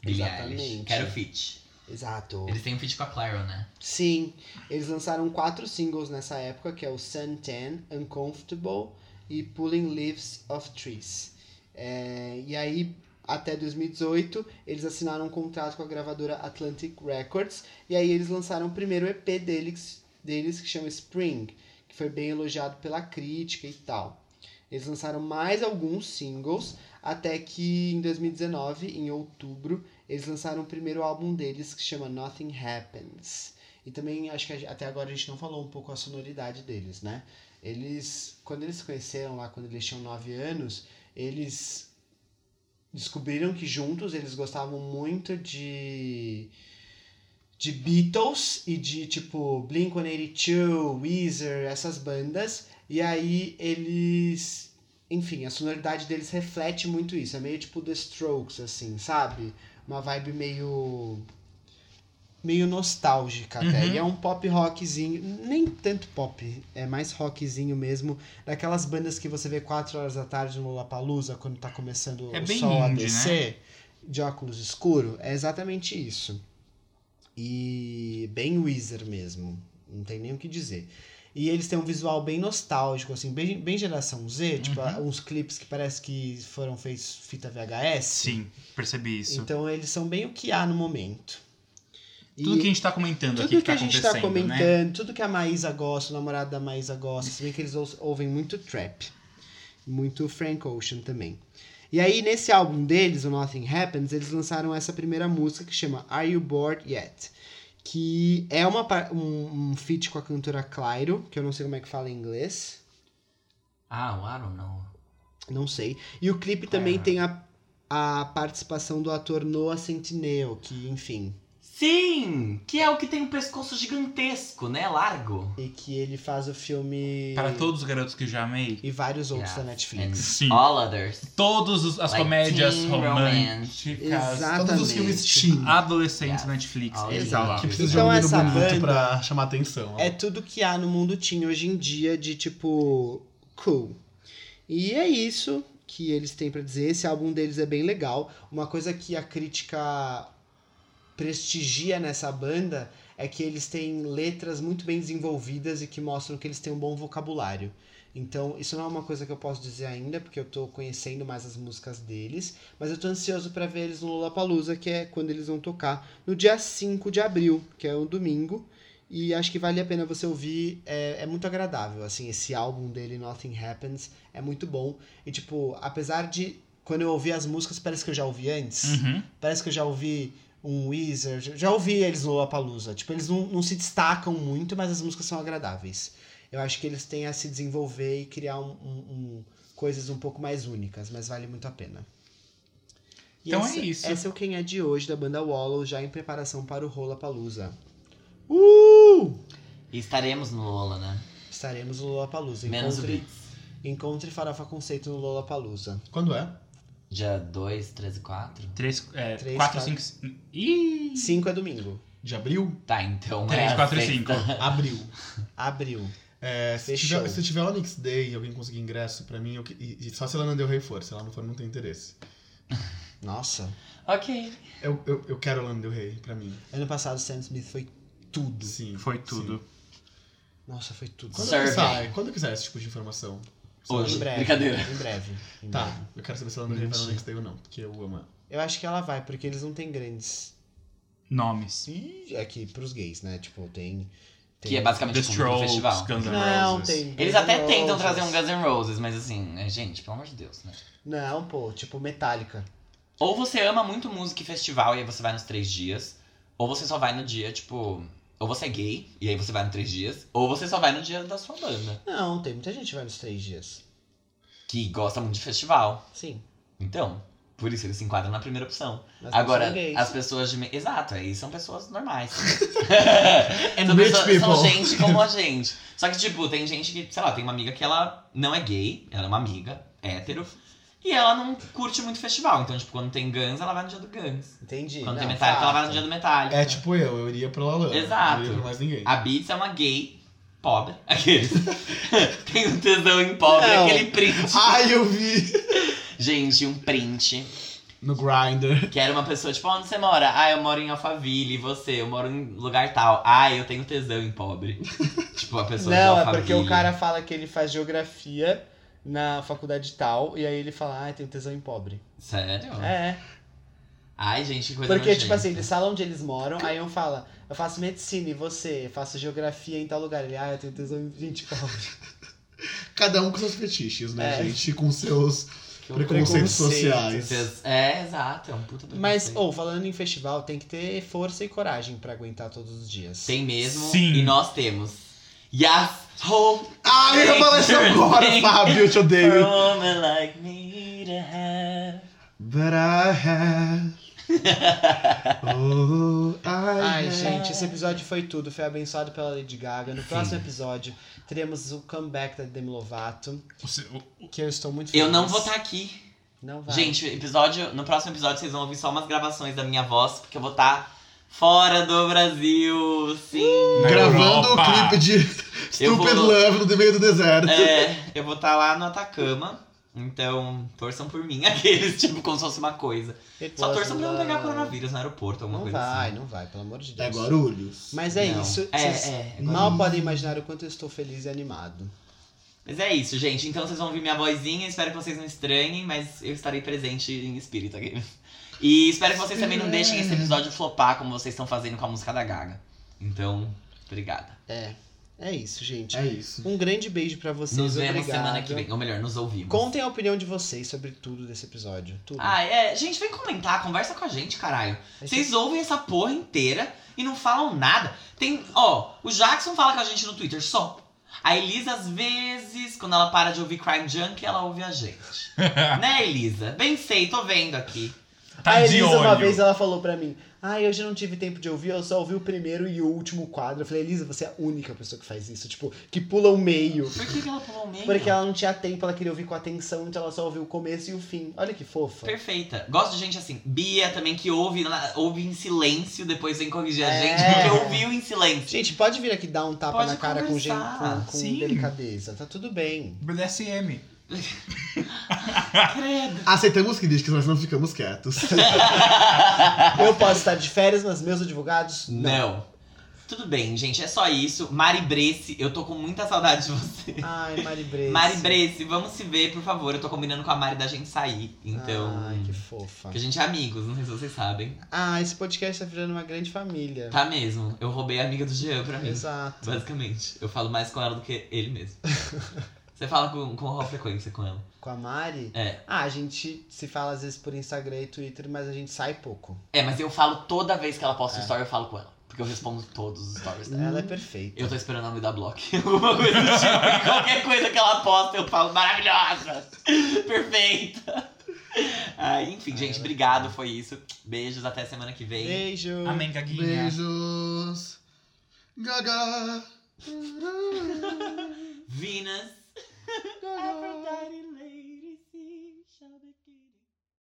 Billie Exatamente. Eilish. Quero feat. Exato. Eles têm um feat com a Claro, né? Sim, eles lançaram quatro singles nessa época, que é o Sun Tan, Uncomfortable e Pulling Leaves of Trees. É, e aí, até 2018, eles assinaram um contrato com a gravadora Atlantic Records, e aí eles lançaram o primeiro EP deles, deles que chama Spring, que foi bem elogiado pela crítica e tal. Eles lançaram mais alguns singles, até que em 2019, em outubro, eles lançaram o primeiro álbum deles, que chama Nothing Happens. E também acho que a gen- até agora a gente não falou um pouco a sonoridade deles, né? Eles, quando eles se conheceram lá, quando eles tinham 9 anos, eles descobriram que juntos eles gostavam muito de de Beatles e de tipo Blink-182, Weezer, essas bandas. E aí eles, enfim, a sonoridade deles reflete muito isso, é meio tipo The Strokes assim, sabe? Uma vibe meio meio nostálgica até. Uhum. E é um pop rockzinho, nem tanto pop, é mais rockzinho mesmo, daquelas bandas que você vê 4 horas da tarde no Lollapalooza quando tá começando É o bem sol indie, a né? descer, de óculos escuro, é exatamente isso. E bem Weezer mesmo, não tem nem o que dizer. E eles têm um visual bem nostálgico, assim, bem, bem geração Z, tipo, ah, Uhum. uns clipes que parece que foram feitos fita VHS. Sim, percebi isso. Então eles são bem o que há no momento. E tudo que a gente tá comentando tudo aqui que, tá a gente acontecendo, tá né? comentando, tudo que a Maísa gosta, o namorado da Maísa gosta, se bem que eles ou- ouvem muito trap, muito Frank Ocean também. E aí, nesse álbum deles, o Nothing Happens, eles lançaram essa primeira música que chama Are You Bored Yet? que é uma, par- um, um feat com a cantora Clairo, que eu não sei como é que fala em inglês, Ah, o I don't know. não sei. E o clipe também tem a, a participação do ator Noah Centineo, que, enfim, Sim! Que é o que tem um pescoço gigantesco, né? Largo. e que ele faz o filme... Para todos os garotos que já amei. E vários outros Yeah. da Netflix. Sim. All others. Todas os- as Like comédias teen românticas. Exatamente. Todos os filmes Steam. Adolescentes Yes. Netflix. All Exato. Ah, Que precisa de Então um menino essa bonito banda pra chamar atenção. É tudo que há no mundo teen hoje em dia de tipo cool. E é isso que eles têm pra dizer. Esse álbum deles é bem legal. Uma coisa que a crítica prestigia nessa banda é que eles têm letras muito bem desenvolvidas e que mostram que eles têm um bom vocabulário. Então, isso não é uma coisa que eu posso dizer ainda, porque eu tô conhecendo mais as músicas deles, mas eu tô ansioso pra ver eles no Lollapalooza, que é quando eles vão tocar no dia 5 de abril, que é um domingo. E acho que vale a pena você ouvir, é, é muito agradável, assim, esse álbum dele, Nothing Happens, é muito bom. E, tipo, apesar de, quando eu ouvi as músicas, parece que eu já ouvi antes, Uhum. parece que eu já ouvi um Weezer, já- já ouvi eles no Lollapalooza. Tipo, eles não, não se destacam muito, mas as músicas são agradáveis. Eu acho que eles têm a se desenvolver e criar um, um- um- coisas um pouco mais únicas, mas vale muito a pena. E Então é essa, isso. Essa é o Quem É de hoje, da banda Wallow, já em preparação para o Rollapalooza. Uh! E estaremos no Lola, né? Estaremos no Lollapalooza. Menos o Encontre, Beats. encontre Farofa Conceito no Lollapalooza. Quando é? Dia 2, 3 e 4. 3, Três, 4, quatro. 5. Ih! 5 é domingo. De abril? Tá, então é. Três, a quatro e sexta. cinco. Abril. Abril. É, se, Fechou. tiver, se tiver Onyx Day e alguém conseguir ingresso pra mim, eu que- e- e só se ela não deu Rei for, se ela não for, não tem interesse. Nossa. Ok. Eu, eu, eu quero Lana Del Rey pra mim. Ano passado, Sam Smith foi tudo. Sim. Foi sim. tudo. Nossa, foi tudo. Quando é Survey. que sai? Quando que sai esse tipo de informação? é Hoje. Em breve. Brincadeira. Em breve. em breve. Tá, eu quero saber se ela não vai no Mentira. Onyx Day ou não, porque eu amo. ela. Eu acho que ela vai, porque eles não têm grandes. Nomes. Ih, Aqui pros gays, né? Tipo, tem. tem... Que é basicamente The o público do Strokes, festival. Guns tipo, N' Não, Roses. tem. Eles Guns até N' tentam Roses. trazer um Guns N' Roses, mas assim, é, gente, pelo amor de Deus, né? Não, pô, tipo Metallica. Ou você ama muito música e festival e aí você vai nos três dias. Ou você só vai no dia, tipo. Ou você é gay e aí você vai nos três dias. Ou você só vai no dia da sua banda. Não, tem muita gente que vai nos três dias. Que gosta muito de festival. Sim. Então, por isso eles se enquadram na primeira opção. Mas não Agora, são gays. as pessoas de. me- Exato, aí são pessoas normais. É, And são, rich pessoas, são people. gente como a gente. Só que, tipo, tem gente que, sei lá, tem uma amiga que ela não é gay, ela é uma amiga hétero. E ela não curte muito festival. Então, tipo, quando tem Guns, ela vai no dia do Guns. Entendi. Quando tem não, Metallica, ela vai no fato. dia do Metallica. tá. É tipo eu, eu iria pela Lana. Exato. Não iria pra mais ninguém. Ah. A Beats é uma gay pobre. Aqueles. Tem um tesão em pobre, Não. aquele print. Ai, eu vi! Gente, um print. No Grindr. Que era uma pessoa, tipo, onde você mora? Ah, eu moro em Alphaville, e você? Eu moro em lugar tal. Ah, eu tenho tesão em pobre. tipo, a pessoa de Não, é Alphaville. porque o cara fala que ele faz geografia na faculdade tal, e aí ele fala, ah, tem tesão em pobre. Sério? É. Ai, gente, que coisa Porque, tipo nojenta. assim, eles falam onde eles moram, aí um fala, eu faço medicina e você, eu faço geografia em tal lugar. Ele, ah, eu tenho tesão em 20 pobre. Cada um com seus fetiches, né, É. gente? Com seus Que horror. preconceitos assim, Preconceito. sociais. É, exato, é um puta do Mas, ou, falando em festival, tem que ter força e coragem pra aguentar todos os dias. Tem mesmo, Sim. e nós temos. Yes, hope Ah, eu ia falar isso agora, Fábio, eu te for a odeio. woman like me to have. But I have. Oh, I Ai, have. gente, esse episódio foi tudo. Foi abençoado pela Lady Gaga. No próximo episódio, teremos o comeback da Demi Lovato, O se- o- que eu estou muito feliz. Eu não vou estar aqui. Não vai. Gente, episódio, no próximo episódio vocês vão ouvir só umas gravações da minha voz, porque eu vou estar fora do Brasil. Sim. na Gravando Europa. o clipe de Eu Stupid vou- Love no meio do deserto. É, eu vou estar lá no Atacama. Então, torçam por mim, aqueles, tipo, como se fosse uma coisa. It Só was torçam pra eu não pegar love. coronavírus no aeroporto, alguma Não coisa vai, assim. não vai, pelo amor de Deus. É Guarulhos. Mas é Não. isso. É, Vocês é, é mal podem imaginar o quanto eu estou feliz e animado. Mas é isso, gente. Então vocês vão ouvir minha vozinha, espero que vocês não estranhem, mas eu estarei presente em espírito aqui. E espero que vocês também não deixem esse episódio flopar como vocês estão fazendo com a música da Gaga. Então, obrigada. É. É isso, gente. É isso. Um grande beijo pra vocês. Nos vemos obrigado. semana que vem. Ou melhor, nos ouvimos. Contem a opinião de vocês sobre tudo desse episódio. Tudo. Ah, é. Gente, vem comentar, conversa com a gente, caralho. Esse- Vocês ouvem essa porra inteira e não falam nada. Tem, ó, o Jackson fala com a gente no Twitter só. A Elisa, às vezes, quando ela para de ouvir Crime Junk, ela ouve a gente. né, Elisa? Bem sei, tô vendo aqui. Tá a de Elisa, olho. uma vez, ela falou pra mim: Ah, hoje eu não tive tempo de ouvir, eu só ouvi o primeiro e o último quadro. Eu falei: Elisa, você é a única pessoa que faz isso, tipo, que pula o meio. Por que, que ela pulou o meio? Porque ela não tinha tempo, ela queria ouvir com atenção, então ela só ouviu o começo e o fim. Olha que fofa. Perfeita. Gosto de gente assim. Bia também, que ouve, na- ouve em silêncio, depois vem corrigir a É. gente, porque ouviu em silêncio. Gente, pode vir aqui dar um tapa Pode na cara com, gen- conversar, com, com sim. delicadeza. Tá tudo bem. BDSM. Credo. Aceitamos críticas, mas não ficamos quietos. Eu posso estar de férias, mas meus advogados. Não. Tudo bem, gente, é só isso. Mari Bresse, eu tô com muita saudade de você. Ai, Mari Bresse. Mari Bresse, vamos se ver, por favor. Eu tô combinando com a Mari da gente sair. Então. Ai, que... que fofa. a gente é amigos, não sei se vocês sabem. Ah, esse podcast tá virando uma grande família. Tá mesmo. Eu roubei a amiga do Jean pra mim. Exato. Basicamente. Eu falo mais com ela do que ele mesmo. Você fala com, com qual frequência com ela? Com a Mari. É. Ah, a gente se fala às vezes por Instagram e Twitter, mas a gente sai pouco. É, mas eu falo toda vez que ela É. posta um story, eu falo com ela. Porque eu respondo todos os stories dela. Ela é perfeita. Eu tô esperando ela me dar bloco. Alguma coisa do tipo. porque Qualquer coisa que ela posta, eu falo maravilhosa. Perfeita. Ah, enfim, gente, obrigado. Foi isso. Beijos, até semana que vem. Beijo. Amém, é. Gaguinha. Beijos. Gaga. Venus. Everybody lives.